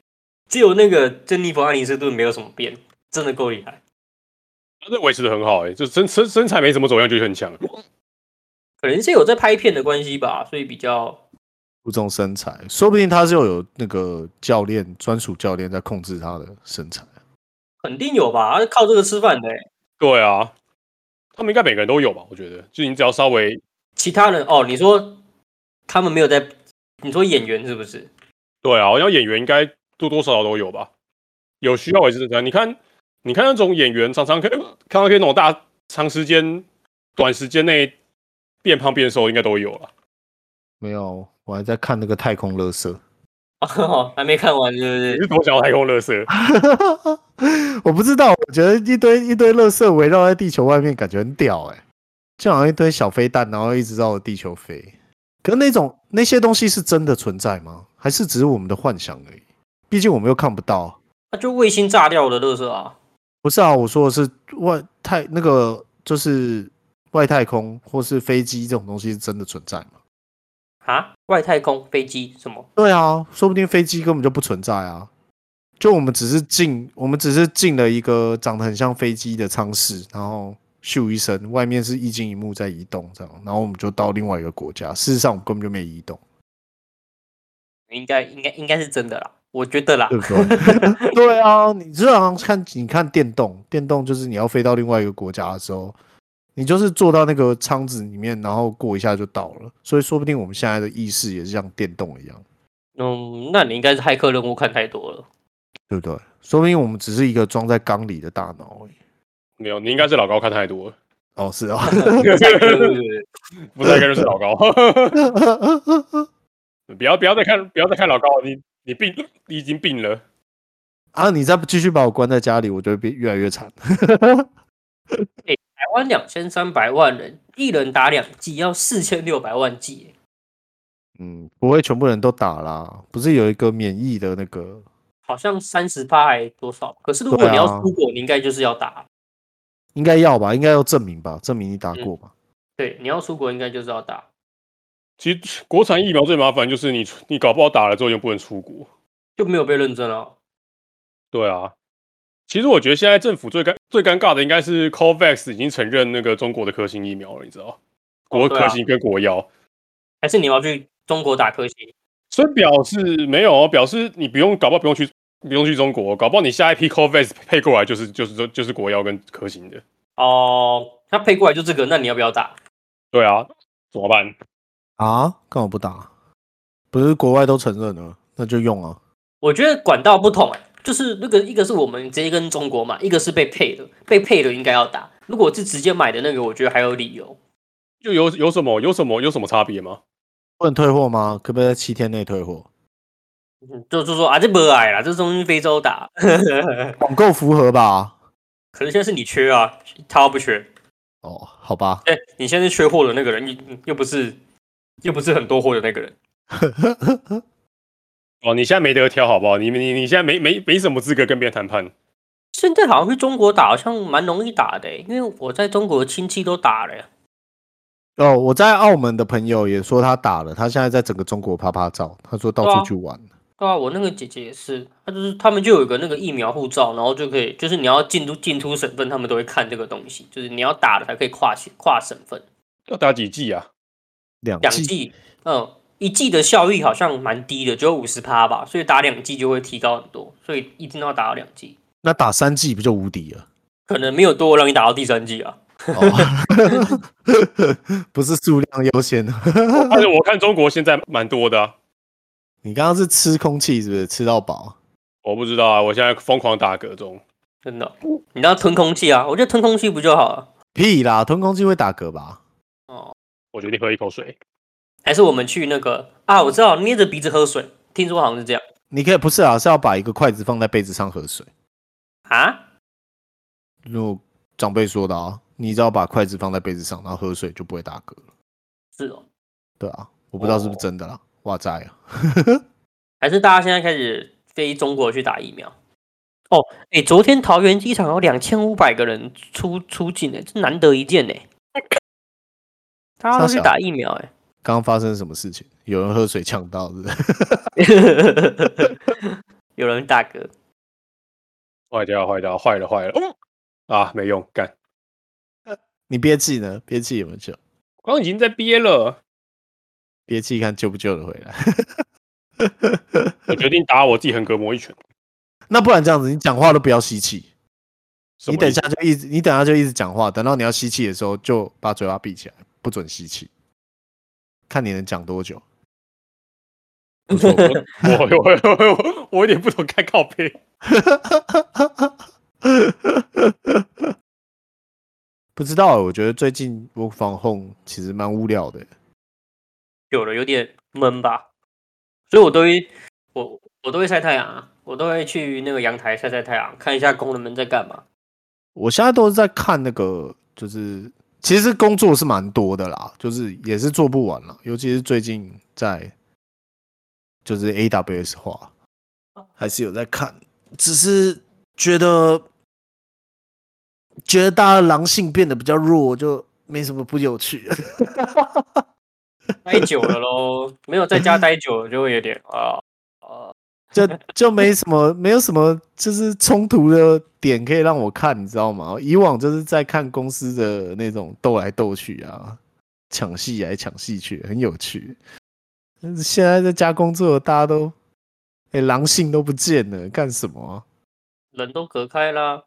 Speaker 1: 只有那个珍妮佛·安妮斯顿没有什么变，真的够厉害。
Speaker 3: 他这维持的很好哎、就身身身材没怎么走样，就是很强。
Speaker 1: 可能是有在拍片的关系吧，所以比较
Speaker 2: 注重身材，说不定他就有那个教练专属教练在控制他的身材。
Speaker 1: 肯定有吧，啊靠这个吃饭的欸、
Speaker 3: 对啊，他们应该每个人都有吧？我觉得，就你只要稍微
Speaker 1: 其他人哦，你说他们没有在，你说演员是不是？
Speaker 3: 对啊，我想演员应该多多少少都有吧，有需要也是这样。你看，你看那种演员常常可以，常常可以那种大长时间、短时间内变胖变瘦，应该都有了。
Speaker 2: 没有，我还在看那个太空垃圾。
Speaker 1: 哦，还没看完是不
Speaker 3: 你
Speaker 1: 是？
Speaker 3: 是多想要太空乐色？
Speaker 2: 我不知道，我觉得一堆一堆垃圾围绕在地球外面，感觉很屌哎、就好像一堆小飞弹，然后一直绕着地球飞。可是那种那些东西是真的存在吗？还是只是我们的幻想而已？毕竟我们又看不到。
Speaker 1: 那就卫星炸掉的乐色啊！
Speaker 2: 不是啊，我说的是外太那个就是外太空或是飞机这种东西是真的存在吗？
Speaker 1: 啊，外太空飞机什么？
Speaker 2: 对啊，说不定飞机根本就不存在啊！就我们只是进，我们只是进了一个长得很像飞机的舱室，然后咻一声，外面是一惊一幕在移动，这样，然后我们就到另外一个国家。事实上，我们根本就没移动，
Speaker 1: 应该应该应该是真的啦，我觉得啦
Speaker 2: 对。不对？对啊，你就好像看你看电动，电动就是你要飞到另外一个国家的时候，你就是坐到那个舱子里面，然后过一下就到了。所以，说不定我们现在的意识也是像电动一样。
Speaker 1: 嗯，那你应该是骇客任务看太 多了。
Speaker 2: 对不对？说不定我们只是一个装在缸里的大脑而已。
Speaker 3: 没有，你应该是老高看太多了，
Speaker 2: 哦， 是啊、
Speaker 1: 骇客任务
Speaker 3: 不是应该就是老高。 不要不要再看，不要再看老高，你你病，你已经病了。
Speaker 2: 啊！你再不继续把我关在家里，我就会变越来越惨。
Speaker 1: 台湾两千三百万人，一人打两剂，要四千六百万剂耶。
Speaker 2: 嗯，不会全部人都打啦，不是有一个免疫的那个？
Speaker 1: 好像三十八还多少？可是如果
Speaker 2: 对啊
Speaker 1: 你要出国，你应该就是要打。
Speaker 2: 应该要吧？应该要证明吧？证明你打过吧？
Speaker 1: 对，你要出国应该就是要打。
Speaker 3: 其实国产疫苗最麻烦就是你你搞不好打了之后就不能出国。
Speaker 1: 就没有被认证啊。
Speaker 3: 对啊，其实我觉得现在政府最尴最尴尬的应该是 COVAX 已经承认那个中国的科兴疫苗了，你知道，国
Speaker 1: 对
Speaker 3: 科
Speaker 1: 啊
Speaker 3: 兴跟国药，
Speaker 1: 还是你要去中国打科兴？
Speaker 3: 所以表示没有哦，表示你不用，搞不好不用去，不用去中国，哦搞不好你下一批 COVAX 配过来就是就是就是国药跟科兴的。
Speaker 1: 哦，他配过来就这个，那你要不要打？
Speaker 3: 对啊，怎么办？
Speaker 2: 啊？干嘛不打？不是国外都承认了，那就用啊。
Speaker 1: 我觉得管道不同、欸，就是那个一个是我们直接跟中国买，一个是被配的，被配的应该要打。如果是直接买的那个，我觉得还有理由。
Speaker 3: 就有有什么有什么有什么差别吗？
Speaker 2: 不能退货吗？可不可以在七天内退货？
Speaker 1: 嗯就就说啊，这不矮啦，这东西非洲打，
Speaker 2: 网购符合吧？
Speaker 1: 可是现在是你缺啊，他不缺。
Speaker 2: 哦，好吧，
Speaker 1: 哎、你现在是缺货的那个人，你又不是又不是很多货的那个人。
Speaker 3: 哦，你现在没得挑，好不好？你你你现在没没没什么资格跟别人谈判。
Speaker 1: 现在好像去中国打，好像蛮容易打的欸、因为我在中国的亲戚都打了欸。
Speaker 2: 哦，我在澳门的朋友也说他打了，他现在在整个中国啪啪照，他说到
Speaker 1: 对啊
Speaker 2: 处去玩。
Speaker 1: 对啊，我那个姐姐也是，她就是他们就有一个那个疫苗护照，然后就可以，就是你要进入进出省份，他们都会看这个东西，就是你要打了才可以跨县跨省份。
Speaker 3: 要打几季 啊？
Speaker 2: 两
Speaker 1: 两
Speaker 2: 季
Speaker 1: 剂，嗯，一剂的效益好像蛮低的，只有五十趴吧，所以打两剂就会提高很多，所以一定要打到两剂，
Speaker 2: 那打三季不就无敌了？
Speaker 1: 可能没有多让你打到第三剂啊。
Speaker 2: 哦 不是数量优先。
Speaker 3: 但是我看中国现在蛮多的、啊，
Speaker 2: 你刚刚是吃空气是不是？吃到饱？
Speaker 3: 我不知道啊，我现在疯狂打嗝中。
Speaker 1: 真的，你要吞空气啊！我觉得吞空气不就好了？
Speaker 2: 屁啦，吞空气会打嗝吧？
Speaker 1: 哦，
Speaker 3: 我决定喝一口水。
Speaker 1: 还是我们去那个啊？我知道，捏着鼻子喝水，听说好像是这样
Speaker 2: 你可以不是啊，是要把一个筷子放在杯子上喝水。
Speaker 1: 啊？
Speaker 2: 如长辈说的啊，你只要把筷子放在杯子上，然后喝水就不会打嗝了。
Speaker 1: 是哦，
Speaker 2: 对啊，我不知道是不是真的啦。哇塞啊！
Speaker 1: 还是大家现在开始飞中国去打疫苗？哦，哎、昨天桃园机场有两千五百个人出出境、欸，这难得一见呢、大家都去
Speaker 2: 傻小
Speaker 1: 打疫苗、欸，
Speaker 2: 刚刚发生什么事情？有人喝水呛到，是不是？
Speaker 1: 有人打嗝，
Speaker 3: 坏掉，坏掉，坏了，坏了。哦啊，没用，干，
Speaker 2: 你憋气呢？憋气有没有救？
Speaker 3: 刚刚已经在憋了。
Speaker 2: 憋气看救不救得回来。
Speaker 3: 我决定打我自己横膈膜一拳。
Speaker 2: 那不然这样子，你讲话都不要吸气，
Speaker 3: 什么
Speaker 2: 你等一
Speaker 3: 意思
Speaker 2: 下，就一直，你等一下就一直讲话，等到你要吸气的时候，就把嘴巴闭起来，不准吸气，看你能讲多久。
Speaker 3: 不错我我我我我我有点不懂看靠背。
Speaker 2: 不知道欸，我觉得最近 work from home 其实蛮无聊的欸。
Speaker 1: 有了有点闷吧，所以我都会我我都会晒太阳啊，我都会去那个阳台晒晒太阳，看一下工人们在干嘛。
Speaker 2: 我现在都是在看那个，就是其实工作是蛮多的啦，就是也是做不完了，尤其是最近在就是 AWS 化，还是有在看，只是觉得觉得大家狼性变得比较弱，就没什么不有趣。
Speaker 1: 待久了喽，没有在家待久了就会有点啊啊，
Speaker 2: 就就没什么，没有什么就是冲突的点可以让我看，你知道吗？以往就是在看公司的那种斗来斗去啊，抢戏来抢戏去，很有趣。但是现在在家工作，大家都哎、狼性都不见了，干什么啊、
Speaker 1: 人都隔开啦。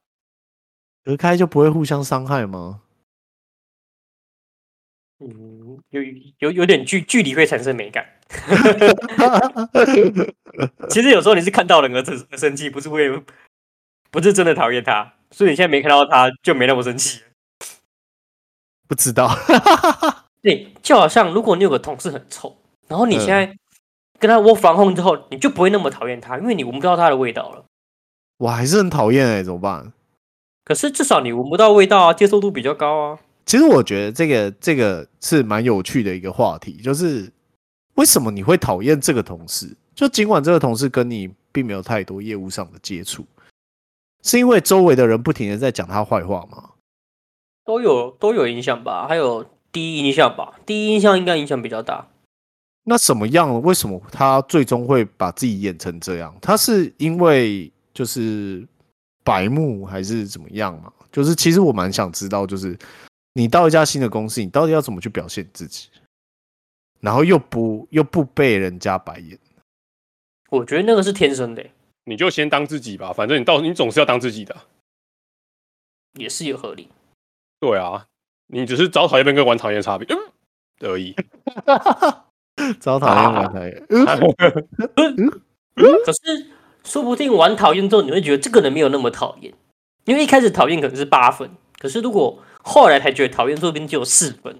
Speaker 2: 隔开就不会互相伤害吗？
Speaker 1: 嗯，有有有点距距离会产生美 感。其实有时候你是看到人而生而生气，不是为不是真的讨厌他，所以你现在没看到他就没那么生气了。
Speaker 2: 不知道，
Speaker 1: 对，就好像如果你有个同事很臭，然后你
Speaker 2: 嗯
Speaker 1: 现在跟他窝防控之后，你就不会那么讨厌他，因为你闻不到他的味道了。
Speaker 2: 我还是很讨厌哎，怎么办？
Speaker 1: 可是至少你闻不到味道啊，接受度比较高啊。
Speaker 2: 其实我觉得这个这个是蛮有趣的一个话题，就是为什么你会讨厌这个同事？就尽管这个同事跟你并没有太多业务上的接触，是因为周围的人不停的在讲他坏话吗？
Speaker 1: 都有都有影响吧，还有第一印象吧，第一印象应该影响比较大。
Speaker 2: 那什么样？为什么他最终会把自己演成这样？他是因为就是白目还是怎么样嘛？就是其实我蛮想知道，就是你到一家新的公司，你到底要怎么去表现自己，然后又不又不被人家白眼。
Speaker 1: 我觉得那个是天生的欸、
Speaker 3: 你就先当自己吧，反正你到你总是要当自己的。
Speaker 1: 也是有合理。
Speaker 3: 对啊，你只是找讨厌跟玩讨厌的差别、嗯、而已。
Speaker 2: 招讨厌玩讨厌，
Speaker 3: 啊
Speaker 2: 呃
Speaker 1: 可是说不定玩讨厌之后，你会觉得这个人没有那么讨厌，因为一开始讨厌可能是八分，可是如果后来才觉得讨厌，说不定只有四分。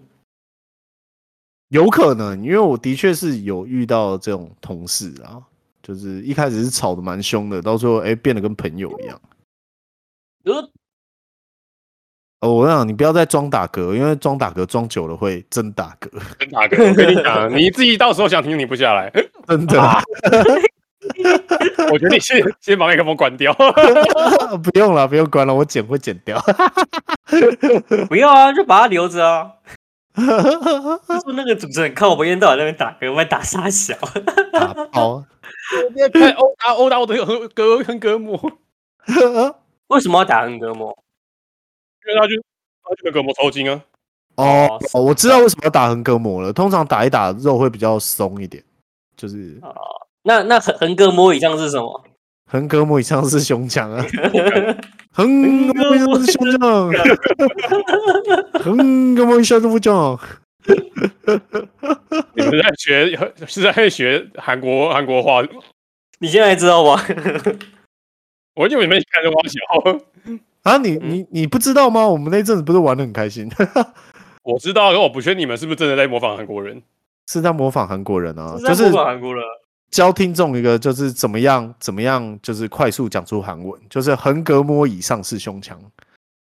Speaker 2: 有可能，因为我的确是有遇到这种同事啊，就是一开始是吵得蛮凶的，到最后哎、变得跟朋友一样。
Speaker 1: 你说
Speaker 2: 哦，我跟你讲，你不要再装打嗝，因为装打嗝装久了会真打嗝，
Speaker 3: 真打嗝，我跟你讲，你自己到时候想停停不下来，
Speaker 2: 真的啊、
Speaker 3: 我觉得你先先把麦克风关 掉。 哦
Speaker 2: 不用了，不用关了，我剪会剪 掉。
Speaker 1: 不要啊，就把它留着啊。就说那个主持人看我们一天到晚在那边打嗝，我们打傻小。
Speaker 2: 打包，哦
Speaker 3: 看殴打哦殴打我的横隔横隔膜，
Speaker 1: 哦为什么要打横膈膜？
Speaker 3: 因为他就他就横隔膜抽筋啊。
Speaker 2: 哦哦，我知
Speaker 1: 啊
Speaker 2: 道为什么要打横膈膜了。通常打一打肉会比较松一点，就是
Speaker 1: 那那横横膈膜以上是什么？
Speaker 2: 横膈膜以上是胸腔 啊，横膈膜以上是胸腔， 横膈膜以上是胸腔。
Speaker 3: 你们在学是在学韩国韩国话，
Speaker 1: 你现在知道吗？
Speaker 3: 我以为你们看着花小，
Speaker 2: 啊，你
Speaker 1: 嗯
Speaker 2: 你你不知道吗？我们那阵子不是玩的很开心，
Speaker 3: 我知道，但我不确定你们是不是真的在模仿韩国人。
Speaker 2: 是在模仿韩国人啊，
Speaker 1: 是
Speaker 2: 就
Speaker 1: 在模
Speaker 2: 是
Speaker 1: 仿韩国人。
Speaker 2: 教听众一个就是怎么样怎么样，就是快速讲出韩文，就是横膈膜以上是胸腔，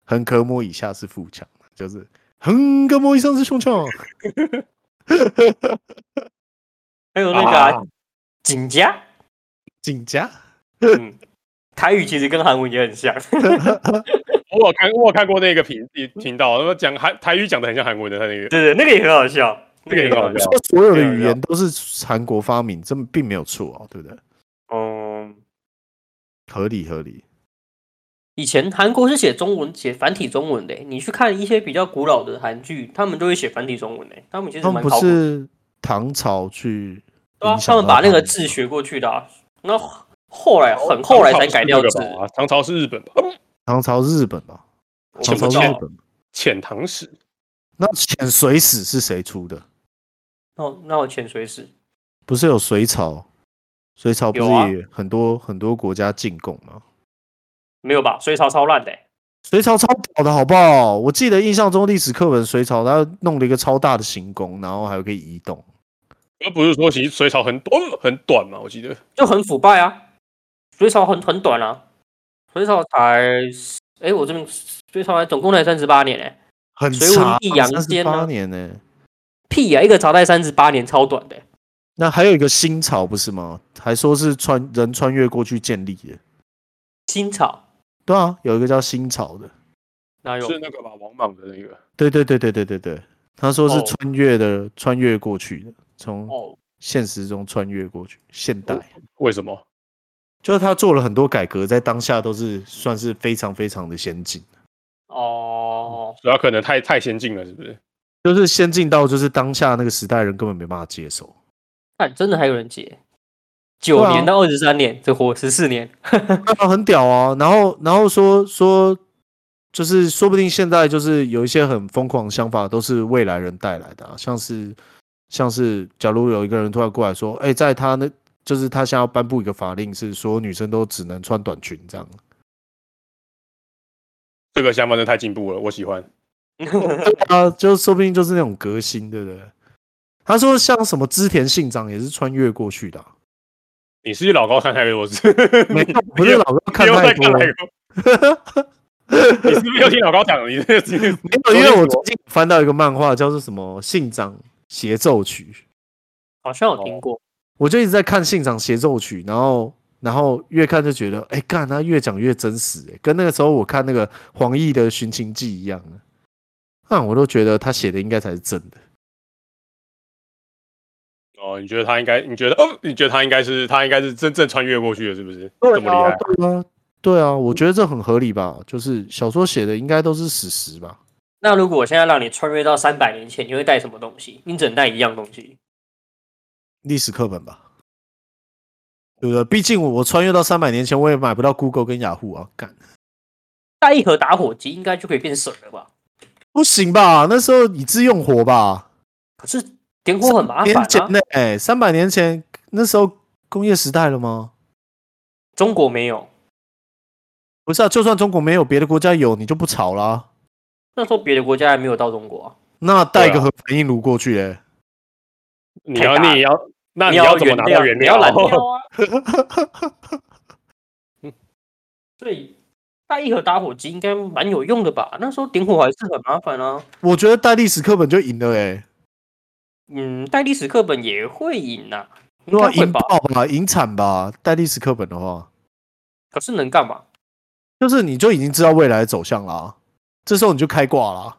Speaker 2: 横膈膜以下是腹腔，就是横膈膜以上是胸腔。
Speaker 1: 还有那个啊
Speaker 3: 啊
Speaker 1: 紧夹，
Speaker 2: 紧夹，
Speaker 1: 嗯，台语其实跟韩文也很像。
Speaker 3: 我有看我有看过那个频频道，他们讲韩台语讲的很像韩国人，他那个
Speaker 1: 对对，那个也很好笑，那
Speaker 3: 那个
Speaker 1: 个
Speaker 3: 很
Speaker 1: 也很好
Speaker 3: 好
Speaker 1: 笑。
Speaker 3: 笑
Speaker 2: 说。所有的
Speaker 3: 对啊
Speaker 2: 语
Speaker 3: 对啊
Speaker 2: 言都是韩国发明，这并没有错哦，对不对？
Speaker 1: 嗯，
Speaker 2: 合理合理。
Speaker 1: 以前韩国是写中文，写繁体中文的。欸你去看一些比较古老的韩剧，他们都会写繁体中文的。欸他们其实
Speaker 2: 他们
Speaker 1: 蛮
Speaker 2: 不
Speaker 1: 考古的，
Speaker 2: 是唐朝去
Speaker 1: 对啊
Speaker 2: 影，响
Speaker 1: 他们
Speaker 2: 到
Speaker 1: 把那个
Speaker 2: 们
Speaker 1: 字学过去的、啊。那后后来很后来才改掉字，
Speaker 3: 哦唐朝是日本吧？
Speaker 2: 唐朝日本吧，
Speaker 1: 我
Speaker 2: 唐
Speaker 1: 不
Speaker 2: 朝
Speaker 1: 知
Speaker 2: 日
Speaker 1: 道。
Speaker 2: 本吧。
Speaker 3: 遣唐使，
Speaker 2: 那遣隋使是谁出的？
Speaker 1: 那那我潜水史，
Speaker 2: 不是有隋朝？隋朝不
Speaker 1: 有啊
Speaker 2: 是也很多、很多国家进贡吗？
Speaker 1: 没有吧？隋朝超烂的、欸，
Speaker 2: 隋朝超屌的好不好？我记得印象中历史课本，隋朝他弄了一个超大的行宫，然后还可以移动。
Speaker 3: 而不是说其实隋朝很短很短嘛？我记得
Speaker 1: 就很腐败啊。隋朝很很短啊，隋朝才，哎、我这边隋朝才总共才三十八年哎、
Speaker 2: 很
Speaker 1: 隋文
Speaker 2: 长
Speaker 1: 帝杨，
Speaker 2: 三十
Speaker 1: 坚啊
Speaker 2: 八年呢、
Speaker 1: 屁呀、一个朝代三十八年，超短的欸、
Speaker 2: 那还有一个新朝不是吗？还说是穿人穿越过去建立的。
Speaker 1: 新朝
Speaker 2: 对啊，有一个叫新朝的。
Speaker 1: 哪有？
Speaker 3: 是那个吧，王莽的那个。
Speaker 2: 对对对对对对对，他说是
Speaker 3: 哦
Speaker 2: 穿越的，穿越过去的，从
Speaker 1: 哦，
Speaker 2: 现实中穿越过去，现代。
Speaker 3: 为什么？
Speaker 2: 就是他做了很多改革，在当下都是算是非常非常的先进，
Speaker 1: 哦，
Speaker 3: 主要可能太太先进了，是不是？
Speaker 2: 就是先进到就是当下那个时代人根本没办法接受。
Speaker 1: 看真的还有人解，九
Speaker 2: 对啊
Speaker 1: 年到二十三年，这活十四年，
Speaker 2: 那很屌啊！然后然后说说，就是说不定现在就是有一些很疯狂的想法都是未来人带来的、啊，像是像是假如有一个人突然过来说，哎、在他那就是他想要颁布一个法令，是所有女生都只能穿短裙这样。
Speaker 3: 这个想法真的太进步了，我喜欢。
Speaker 2: 啊，就说不定就是那种革新，对不对？他说像什么织田信长也是穿越过去的啊、
Speaker 3: 你是 老高看太多次，
Speaker 2: 没有，不是老是看
Speaker 3: 你又
Speaker 2: 太
Speaker 3: 在
Speaker 2: 多
Speaker 3: 看
Speaker 2: 了，
Speaker 3: 太多。 你是不是又听老高讲？你这个
Speaker 2: 没有，因为我最近翻到一个漫画，叫做什么《信长协奏曲》，
Speaker 1: 好像有听过。
Speaker 2: 我就一直在看《信长协奏曲》，然后然后越看就觉得，哎，干，他越讲越真实、哎，跟那个时候我看那个黄奕的《寻秦记》一样啊，那、我都觉得他写的应该才是真的。
Speaker 3: 哦，你觉得他应该？你觉得哦？你觉得他应该是他应该是真正穿越过去的，是不是？这么厉害？
Speaker 2: 对啊，对啊，我觉得这很合理吧？就是小说写的应该都是史实吧？
Speaker 1: 那如果我现在让你穿越到三百年前，你会带什么东西？你只能带一样东西。
Speaker 2: 历史课本吧，对不对？毕竟我我穿越到三百年前，我也买不到 Google 跟雅虎啊，干
Speaker 1: 带一盒打火机应该就可以变省了吧？
Speaker 2: 不行吧？那时候以资用火吧，
Speaker 1: 可是点火很麻烦
Speaker 2: 年前
Speaker 1: 啊，
Speaker 2: 呢、欸，三百年前那时候工业时代了吗？
Speaker 1: 中国没有，
Speaker 2: 不是啊，就算中国没有，别的国家有，你就不吵啦。
Speaker 1: 那时候别的国家还没有到中国啊。
Speaker 2: 那带一个
Speaker 3: 对啊
Speaker 2: 核反应炉过去、欸，
Speaker 3: 你要
Speaker 1: 太大
Speaker 3: 你也要，那
Speaker 1: 你
Speaker 3: 要
Speaker 1: 要
Speaker 3: 怎么拿到原
Speaker 1: 原料？你要染
Speaker 3: 料？
Speaker 1: 料啊。 嗯所以带一盒打火机应该蛮有用的吧？那时候点火还是很麻烦啊。
Speaker 2: 我觉得带历史课本就赢了哎、欸，
Speaker 1: 嗯，带历史课本也会赢呐、应
Speaker 2: 对
Speaker 1: 该
Speaker 2: 吧？
Speaker 1: 会
Speaker 2: 赢
Speaker 1: 吧？
Speaker 2: 啊爆吧，赢惨吧。带历史课本的话，
Speaker 1: 可是能干嘛？
Speaker 2: 就是你就已经知道未来的走向啦、这时候你就开挂啦。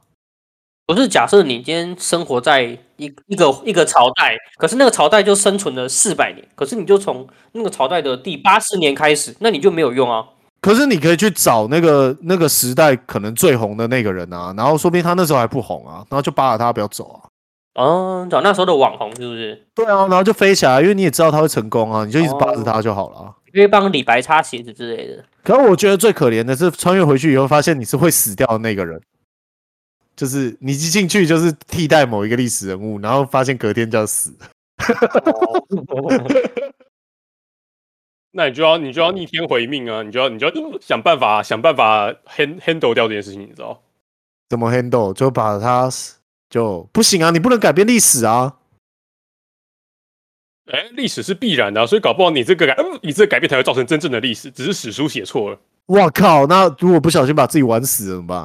Speaker 1: 不是假设你今天生活在一一个一个朝代，可是那个朝代就生存了四百年，可是你就从那个朝代的第八十年开始，那你就没有用啊。
Speaker 2: 可是你可以去找那个那个时代可能最红的那个人啊，然后说不定他那时候还不红啊，然后就扒拉他不要走啊。
Speaker 1: 哦，找那时候的网红是不是？
Speaker 2: 对啊，然后就飞起来，因为你也知道他会成功啊，你就一直扒着
Speaker 1: 哦
Speaker 2: 他就好了啊。
Speaker 1: 因为帮李白擦鞋子之类的。
Speaker 2: 可是我觉得最可怜的是，穿越回去以后发现你是会死掉的那个人，就是你一进去就是替代某一个历史人物，然后发现隔天就要死。
Speaker 3: 那你就要你就要逆天回命啊！你就要你就要想办法想办法 hand handle 掉这件事情，你知道？
Speaker 2: 怎么 handle 就把他就不行啊，你不能改变历史啊。
Speaker 3: 哎，历史是必然的啊、所以搞不好你这个改，嗯你这个改变才会造成真正的历史，只是史书写错了。
Speaker 2: 哇靠！那如果不小心把自己玩死了怎么办？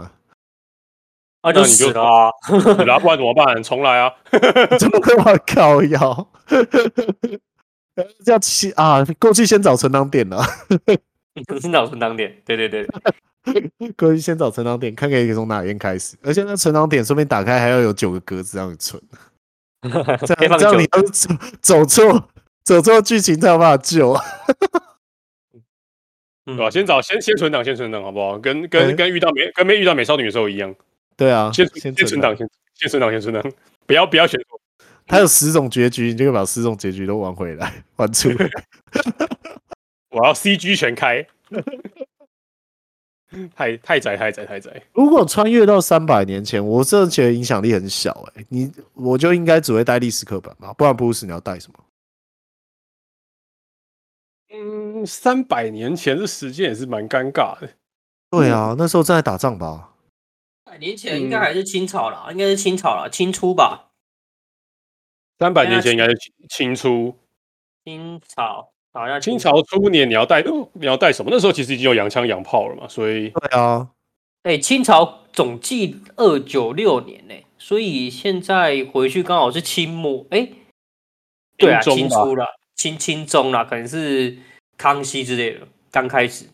Speaker 1: 啊，
Speaker 3: 那
Speaker 1: 就
Speaker 3: 你就
Speaker 1: 死了啊！
Speaker 3: 然后不然怎么办？重来啊！
Speaker 2: 真的要 靠腰，这样起啊，过去先找陈塘店啊，
Speaker 1: 是脑存当点，对对对，
Speaker 2: 过去先找陈塘店，看可以从哪边开始。而且那陈塘店顺便打开还要有九个格子让你存，这
Speaker 1: 可以
Speaker 2: 样
Speaker 1: 放
Speaker 2: 这样你
Speaker 1: 久。
Speaker 2: 要是走走错走错剧情才有办法救。啊
Speaker 3: 对
Speaker 1: 嗯
Speaker 3: 吧？先找先先存档，先存档，好不好？跟跟
Speaker 2: 哎
Speaker 3: 跟遇到美跟没遇到美少女的时候一样，
Speaker 2: 对啊，
Speaker 3: 先
Speaker 2: 先
Speaker 3: 先存档，先先存档，先存档，不要不要选错。
Speaker 2: 它有十种结局，你就可以把十种结局都玩回来， 玩出 来。
Speaker 3: 我要 CG 全开， 太太窄太窄太窄。
Speaker 2: 如果穿越到三百年前，我真的觉得影响力很小哎、你我就应该只会带历史课本吧，不然布鲁斯你要带什么？
Speaker 3: 嗯，三百年前这时间也是蛮尴尬的。
Speaker 2: 对啊，那时候正在打仗吧？
Speaker 1: 百年前应该还是清朝啦，应该是清朝啦，清初吧，
Speaker 3: 三百年前应啊该是清清初，
Speaker 1: 清朝好像
Speaker 3: 清。朝初年你要带、哦你要带什么？那时候其实已经有洋枪洋炮了嘛，所以
Speaker 2: 对啊，
Speaker 1: 哎、清朝总计二九六年呢、所以现在回去刚好是清末，哎、对啊，
Speaker 3: 中
Speaker 1: 清
Speaker 3: 吧
Speaker 1: 初啦，清清中啦，可能是康熙之类的刚开始，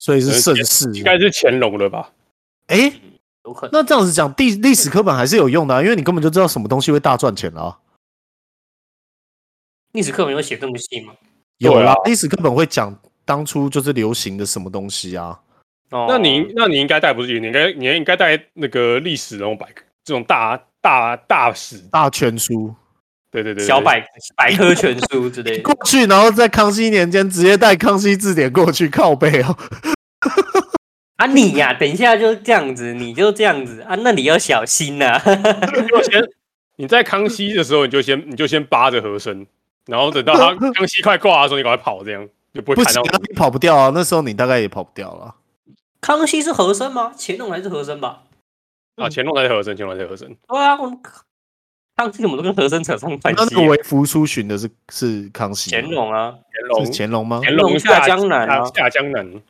Speaker 2: 所以是盛世。
Speaker 3: 呃应该是乾隆了吧？
Speaker 2: 哎、
Speaker 1: 有可能。
Speaker 2: 那这样子讲，历历史课本还是有用的、啊，因为你根本就知道什么东西会大赚钱啊啦、
Speaker 1: 历史课本有写这么细吗？
Speaker 2: 有
Speaker 3: 对啊
Speaker 2: 啦，历史课本会讲当初就是流行的什么东西啊。
Speaker 1: 哦，
Speaker 3: 那你那你应该带不是？你应该你应该带那个历史那种百科这种大大大史，
Speaker 2: 大全书
Speaker 3: 对对对对
Speaker 1: 小百百科全书之类的
Speaker 2: 过，去，然后在康熙年间直接带康熙字典过去靠背哦。
Speaker 1: 啊你呀、等一下就这样子，你就这样子啊，那你要小心呐、
Speaker 3: 就先你在康熙的时候，你就先你就先扒着和珅，然后等到 他康熙快挂的时候，你赶快跑，这样就不
Speaker 2: 不
Speaker 3: 会看
Speaker 2: 行
Speaker 3: 到
Speaker 2: 啊，你跑不掉啊，那时候你大概也跑不掉了。
Speaker 1: 康熙是和珅吗？乾隆还是和珅吧？
Speaker 3: 啊。乾隆才是和珅，乾隆才是和珅。
Speaker 1: 对啊，我们康熙怎么都跟和珅扯上关
Speaker 2: 那那
Speaker 1: 系啊
Speaker 2: 个？为福出巡的是是康熙吗，
Speaker 1: 乾隆啊，
Speaker 3: 乾
Speaker 2: 是
Speaker 3: 隆
Speaker 2: 乾隆吗？
Speaker 3: 乾
Speaker 1: 隆
Speaker 3: 隆
Speaker 1: 下江南啊
Speaker 3: 下下江南。
Speaker 1: 对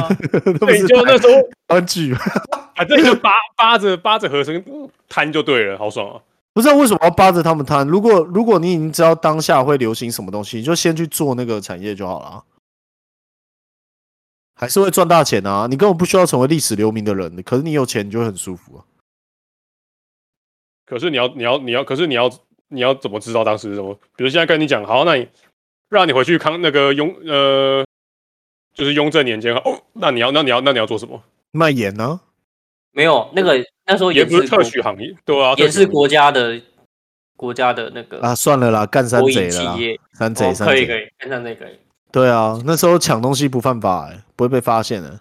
Speaker 1: 啊
Speaker 2: 那不
Speaker 3: 对，
Speaker 2: 是
Speaker 3: 就那时候
Speaker 2: 台湾剧吗？
Speaker 3: 反正就扒扒着扒着和珅摊就对了，好爽啊！
Speaker 2: 不知道为什么要扒着他们摊。如果如果你已经知道当下会流行什么东西，你就先去做那个产业就好了啊，还是会赚大钱啊！你根本不需要成为历史留名的人，可是你有钱你就会很舒服啊。
Speaker 3: 可是你要你要你要，可是你要你要怎么知道当时是什么？比如现在跟你讲，好，那你让你回去康那个雍呃，就是雍正年间哦，那你要那你要那你要做什么？
Speaker 2: 卖盐啊呢、
Speaker 1: 没有那个那时候
Speaker 3: 也
Speaker 1: 也
Speaker 3: 不是特许行业，对啊，
Speaker 1: 也
Speaker 3: 特许
Speaker 1: 是
Speaker 3: 行业
Speaker 1: 国家的国家的那个
Speaker 2: 啊？算了啦，干山
Speaker 1: 国
Speaker 2: 贼
Speaker 1: 营
Speaker 2: 了
Speaker 1: 企
Speaker 2: 啦，
Speaker 1: 业，
Speaker 2: 山
Speaker 1: 哦
Speaker 2: 贼山
Speaker 1: 可以可
Speaker 2: 贼。
Speaker 1: 以，看上那个
Speaker 2: 对啊，那时候抢东西不犯法、欸，不会被发现的、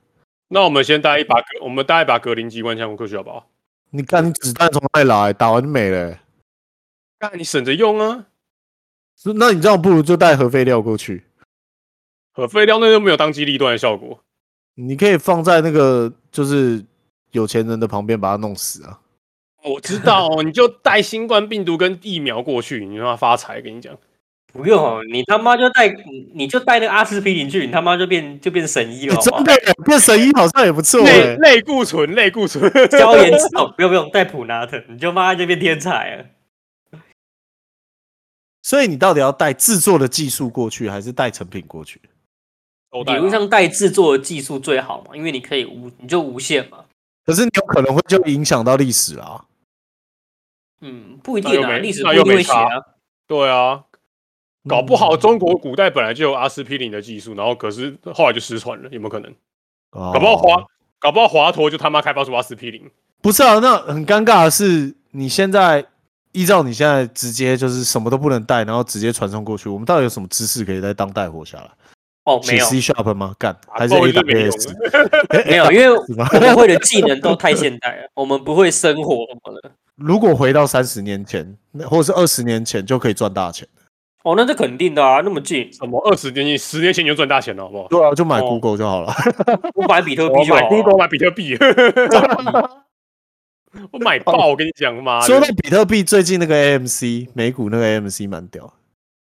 Speaker 3: 那我们先带一把格，我们带一把格林机关枪过去好不好？
Speaker 2: 你看你子弹从哪里来？打完就没了欸、
Speaker 3: 那你省着用啊，
Speaker 2: 是那你这样不如就带核废料过去，
Speaker 3: 核废料那就没有当机立断的效果。
Speaker 2: 你可以放在那个就是有钱人的旁边把他弄死啊。
Speaker 3: 我知道、哦，你就带新冠病毒跟疫苗过去，你他妈发财！跟你讲，
Speaker 1: 不用哦，你他妈就带你你就带那个阿司匹林去，你他妈就变就变神
Speaker 3: 啊
Speaker 1: 医了，好不好
Speaker 2: 哎欸真的耶变神医好像也不错
Speaker 3: 类
Speaker 2: 哎。
Speaker 3: 类固醇，类固醇，
Speaker 1: 消炎止哦痛，不用不用，带普拿疼，你就妈就变天才了。
Speaker 2: 所以你到底要带制作的技术过去，还是带成品过去？
Speaker 3: 都带了啊
Speaker 1: 理论上带制作的技术最好嘛，因为你可以无你就无限嘛。
Speaker 2: 可是你有可能会就影响到历史啊啦。
Speaker 1: 嗯，不一
Speaker 3: 那
Speaker 1: 定
Speaker 3: 又
Speaker 1: 啊，
Speaker 3: 没
Speaker 1: 历史不
Speaker 3: 那
Speaker 1: 一
Speaker 3: 又
Speaker 1: 定
Speaker 3: 没
Speaker 1: 会写啊。
Speaker 3: 对啊，搞不
Speaker 2: 嗯
Speaker 3: 好中国古代本来就有阿司匹林的技术，然后可是后来就失传了，有没有可能？
Speaker 2: 搞
Speaker 3: 搞不好华，搞不好华佗就他妈开发出阿司匹林，
Speaker 2: 不是啊，那很尴尬的是，你现在依照你现在直接就是什么都不能带，然后直接传送过去，我们到底有什么知识可以在当代活下来？
Speaker 1: 哦，没
Speaker 2: 写
Speaker 1: 有
Speaker 2: C sharp 吗？干
Speaker 3: 啊
Speaker 2: 还是
Speaker 3: 够了就没用
Speaker 2: AWS？
Speaker 3: 了。
Speaker 1: 没有，因为 我
Speaker 2: 是吗
Speaker 1: 们会的技能都太现代了，我们不会生活什么的。
Speaker 2: 如果回到三十年前，那或者是二十年前，就可以赚大钱。
Speaker 1: 哦，那是肯定的啊，那么近，
Speaker 3: 什么二十年前、十年前你就赚大钱了，好不好？
Speaker 2: 对啊，就买
Speaker 1: 哦
Speaker 2: Google 就好了。
Speaker 1: 我买比特
Speaker 3: 我
Speaker 1: 币就好
Speaker 3: 买
Speaker 1: 了
Speaker 3: Google 买比特币， 我买爆！我跟你讲妈的，
Speaker 2: 说到比特币，最近那个 AMC 美股那个 AMC 蛮屌，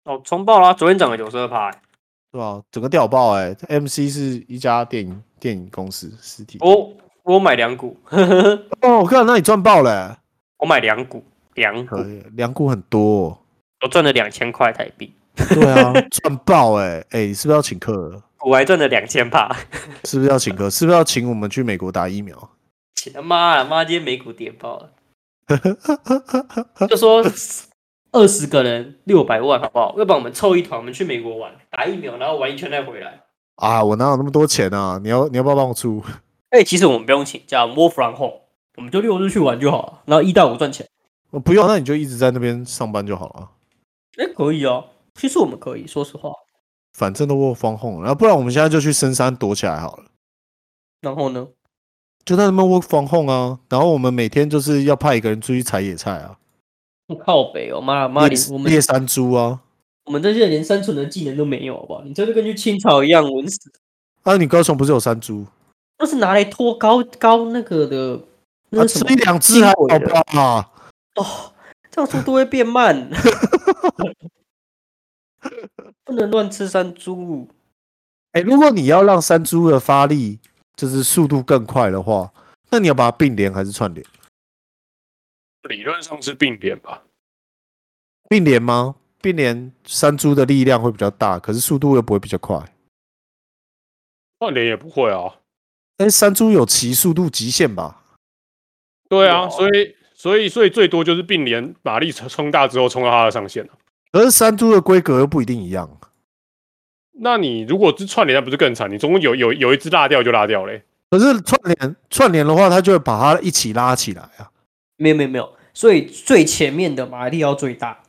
Speaker 1: 哦，冲爆啦！昨天涨了九十二趴，
Speaker 2: 对啊，整个屌爆哎、欸、！AMC 是一家电影电影公司实体。哦，
Speaker 1: 我我买两股，
Speaker 2: 我看那你赚爆了欸、
Speaker 1: 我买两股，两股
Speaker 2: 可以，两股很多、哦。
Speaker 1: 我赚了两千块台币，
Speaker 2: 对啊， 赚爆哎、欸、哎、是不是要请客了？
Speaker 1: 我还赚了两千趴。
Speaker 2: 是不是要请客？是不是要请我们去美国打疫苗？
Speaker 1: 他妈啊妈，今天美股跌爆 了，就说二十个人六百万好不好？要不然我们凑一团，我们去美国玩，打疫苗，然后玩一圈再回来。
Speaker 2: 啊，我哪有那么多钱啊？你要你要不要帮我出？
Speaker 1: 哎、其实我们不用请假，我们 work from home，我们就六日去玩就好了，然后一到五赚钱。
Speaker 2: 我哦不用，那你就一直在那边上班就好了啊，
Speaker 1: 哎、可以哦，其实我们可以，说实话。
Speaker 2: 反正都握方控了，啊然后不然我们现在就去深山躲起来好了。
Speaker 1: 然后呢？
Speaker 2: 就在那边 work from home 啊，然后我们每天就是要派一个人出去采野菜啊，
Speaker 1: 我靠北哦，妈妈，
Speaker 2: 猎
Speaker 1: 连我们
Speaker 2: 猎山猪啊。
Speaker 1: 我们这些人连生存的技能都没有，好不好？你这就跟去清朝一样，稳死。
Speaker 2: 啊，你高雄不是有山猪？
Speaker 1: 那是拿来拖高高那个的，
Speaker 2: 啊，
Speaker 1: 那是
Speaker 2: 吃
Speaker 1: 什么？
Speaker 2: 一两只还好
Speaker 1: 鬼的
Speaker 2: 吧、啊？
Speaker 1: 哦，这样速度会变慢，不能乱吃山猪。
Speaker 2: 哎、如果你要让山猪的发力就是速度更快的话，那你要把它并联还是串联？
Speaker 3: 理论上是并联吧？
Speaker 2: 并联吗？并联山猪的力量会比较大，可是速度又不会比较快。
Speaker 3: 串联也不会啊。
Speaker 2: 哎、山猪有其速度极限吧？
Speaker 3: 对
Speaker 1: 哇
Speaker 3: 啊，所以所以所以最多就是并联马力冲大之后冲到它的上限了。啊
Speaker 2: 可是山猪的规格又不一定一样。
Speaker 3: 那你如果是串联，那不是更惨？你总共有有有一只落掉就落掉嘞、
Speaker 2: 可是串联串联的话，它就会把它一起拉起来啊。
Speaker 1: 没有没有没有，所以最前面的马力要最大，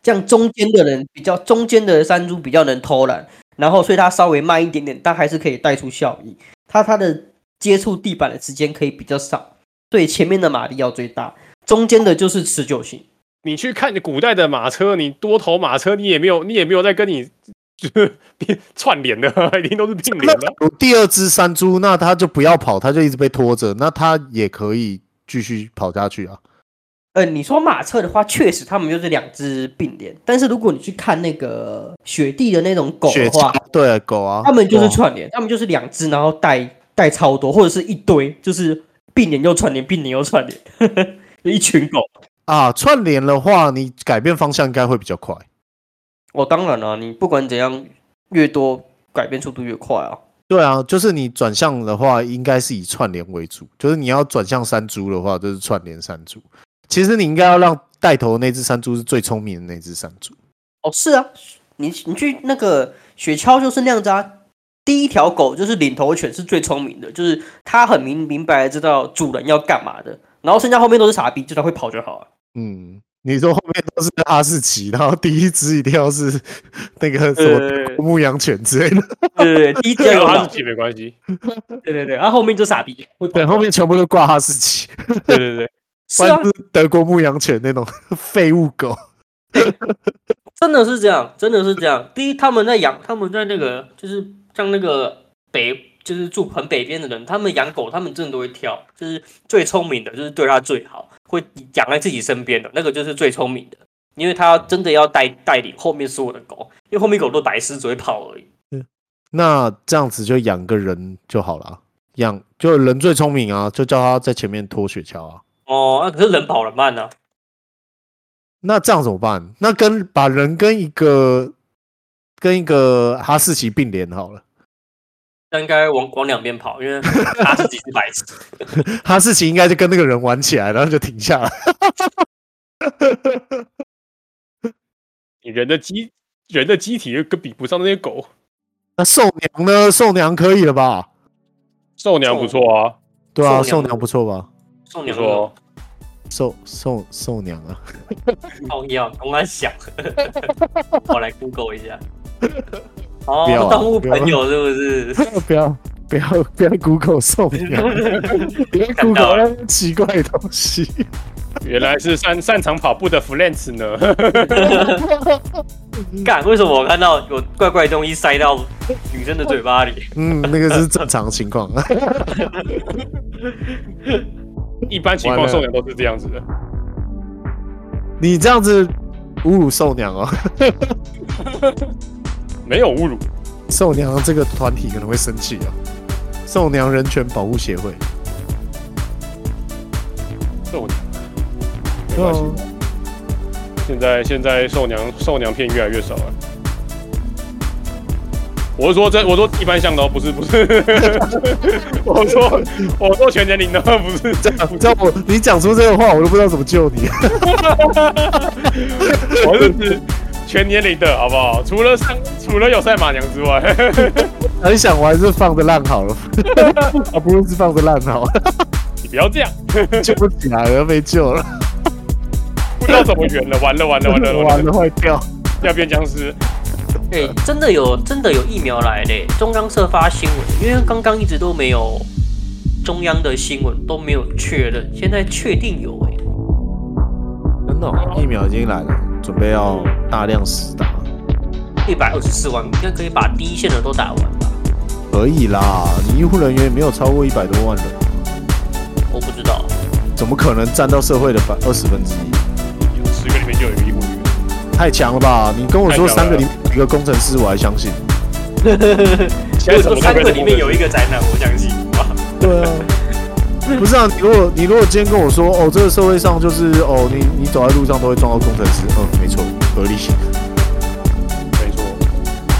Speaker 1: 这样中间的人比较，中间的山猪比较能偷懒，然后所以它稍微慢一点点，但还是可以带出效益。它它的接触地板的时间可以比较少，所以前面的马力要最大，中间的就是持久性。
Speaker 3: 你去看古代的马车，你多头马车，你也没有，你也没有在跟你 就是串联的，啊一定都是并
Speaker 2: 那
Speaker 3: 联
Speaker 2: 假
Speaker 3: 的。
Speaker 2: 如第二只山猪，那它就不要跑，它就一直被拖着，那它也可以继续跑下去啊。
Speaker 1: 呃，你说马车的话，确实他们就是两只并联，但是如果你去看那个雪地的那种狗
Speaker 2: 雪
Speaker 1: 的
Speaker 2: 橇
Speaker 1: 话，
Speaker 2: 对狗啊，
Speaker 1: 他们就是
Speaker 2: 狗啊
Speaker 1: 串联，他们就是两只，然后带带超多，或者是一堆，就是并联又串联，并联又串联， 一群狗。
Speaker 2: 啊串联的话，你改变方向应该会比较快。
Speaker 1: 哦，当然了、你不管怎样，越多改变速度越快啊。
Speaker 2: 对啊，就是你转向的话，应该是以串联为主。就是你要转向山猪的话，就是串联山猪。其实你应该要让带头的那只山猪是最聪明的那只山猪。
Speaker 1: 哦，是啊，你你去那个雪橇就是那样子啊。第一条狗就是领头犬，是最聪明的，就是它很明明白地知道主人要干嘛的，然后剩下后面都是傻逼，就它会跑就好啊了。
Speaker 2: 嗯，你说后面都是哈士奇，然后第一只一定要是 那个什么
Speaker 1: 对
Speaker 2: 牧羊犬之类的，
Speaker 1: 对对对，第一 只
Speaker 3: 对啊，
Speaker 1: 要有
Speaker 3: 它
Speaker 1: 脑
Speaker 3: 自，己没关系。
Speaker 1: 对对对，然后后面就傻逼，会
Speaker 2: 对，
Speaker 1: 跑。
Speaker 2: 后面全部都挂哈士 奇，
Speaker 3: 对对对，
Speaker 1: 是
Speaker 2: 不然
Speaker 1: 啊
Speaker 2: 就，是德国牧羊犬那种 废物狗。
Speaker 1: 真的是这样，真的是这样。第一，他们在养，他们在那个就是像那个北就是住很北边的人，他们养狗，他们真的都会挑，就是最聪明的，就是对它最好，会养在自己身边的那个就是最聪明的，因为他真的要带带领后面所有的狗，因为后面狗都白痴，只会跑而已。
Speaker 2: 那这样子就养个人就好了，啊养就人最聪明啊，就叫他在前面拖雪橇啊。
Speaker 1: 哦，那可是人跑得慢啊，
Speaker 2: 那这样怎么办？那跟把人跟一个跟一个哈士奇并联好了，
Speaker 1: 那应该往往两边跑，因为他自己是白痴。
Speaker 2: 哈士奇应该就跟那个人玩起来，然后就停下来。
Speaker 3: 你人的机人的机体又跟比不上那些狗。
Speaker 2: 那兽娘呢？兽娘可以了吧？
Speaker 3: 兽娘不错啊，
Speaker 2: 对啊，
Speaker 1: 兽
Speaker 2: 兽
Speaker 1: 娘
Speaker 2: 娘不错吧？
Speaker 1: 送
Speaker 3: 不
Speaker 1: 你
Speaker 3: 错
Speaker 1: 说
Speaker 3: 哦，
Speaker 2: 兽兽兽娘啊，
Speaker 1: 靠药，刚刚 想，我来 Google 一下。哦
Speaker 2: 不要，啊
Speaker 1: 动物
Speaker 2: 不要啊
Speaker 1: 朋友是不是？
Speaker 2: 不要不要不要 Google 兽娘，别 Google 那些奇怪的东西。
Speaker 3: 原来是擅擅长跑步的 Flans 呢。
Speaker 1: 干，为什么我看到有怪怪的东西塞到女生的嘴巴里？
Speaker 2: 嗯，那个是正常情况。
Speaker 3: 一般情
Speaker 2: 完
Speaker 3: 况
Speaker 2: 了
Speaker 3: 兽娘都是这样子的。
Speaker 2: 你这样子侮辱兽娘哦，
Speaker 3: 没有侮辱，
Speaker 2: 兽娘这个团体可能会生气哦。兽娘人权保护协会，
Speaker 3: 兽娘没关系。
Speaker 2: 啊
Speaker 3: 现在现在兽娘兽娘片越来越少了。我是说真，我说一般向的哦，不是不是， 我说我说全年龄的，哦不是这
Speaker 2: 你知道我你讲出这个话，我都不知道怎么救你。
Speaker 3: 我是指全年龄的，好不好？除了上除了有赛马娘之外，
Speaker 2: 很想我还是放着烂好了， 啊，不如是放着烂好，
Speaker 3: 你不要这样，
Speaker 2: 救不起来了，没救了，
Speaker 3: 不知道怎么圆了，完了完了完了完
Speaker 2: 完
Speaker 3: 了，
Speaker 2: 了坏掉。
Speaker 3: 要变僵尸。
Speaker 1: 哎、真的有真的有疫苗来嘞！中央社发新闻，因为刚刚一直都没有中央的新闻都没有确认，现在确定有哎、
Speaker 2: 真的、哦疫苗已经来了，准备要大量施打，
Speaker 1: 一百二十四万，应该可以把第一线的都打完吧？
Speaker 2: 可以啦。你医护人员也没有超过一百多万人，
Speaker 1: 我不知道，
Speaker 2: 怎么可能占到社会的百二十分之一？
Speaker 3: 十个里面就有一个医护人员，
Speaker 2: 太强了吧！你跟我说
Speaker 3: 太强
Speaker 2: 三
Speaker 3: 了
Speaker 2: 个里面有一个工程师，我还相信。
Speaker 3: 现在什么
Speaker 1: 如果
Speaker 3: 都
Speaker 1: 三
Speaker 3: 被
Speaker 1: 个里面有
Speaker 3: 动
Speaker 1: 一个宅男，我相信。哇
Speaker 2: 对啊，不是啊，你如果你如果今天跟我说，哦，这个社会上就是哦，你你走在路上都会撞到工程师，嗯，没错，合理。
Speaker 3: 没错，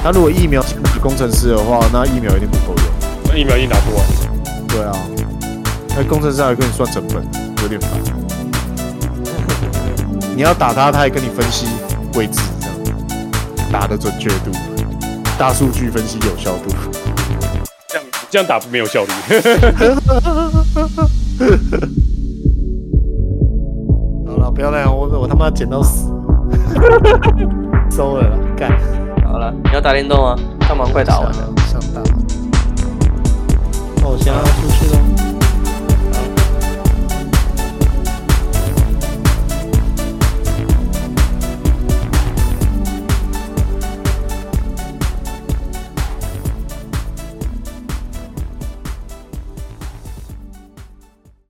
Speaker 2: 那如果疫苗先打工程师的话，那疫苗一定不够用。
Speaker 3: 那疫苗已经打出来。
Speaker 2: 对啊，那工程师还跟你算成本，有点烦。你要打他，他还跟你分析位置，这样打的准确度、大数据分析有效度。
Speaker 3: 这样这样打没有效率。
Speaker 2: 好了，不要那样，我我他妈剪到死， 收了啦，干。
Speaker 1: 好了，你要打电动啊？干嘛快打完了？哦啊
Speaker 2: 想打。那我先要出去了。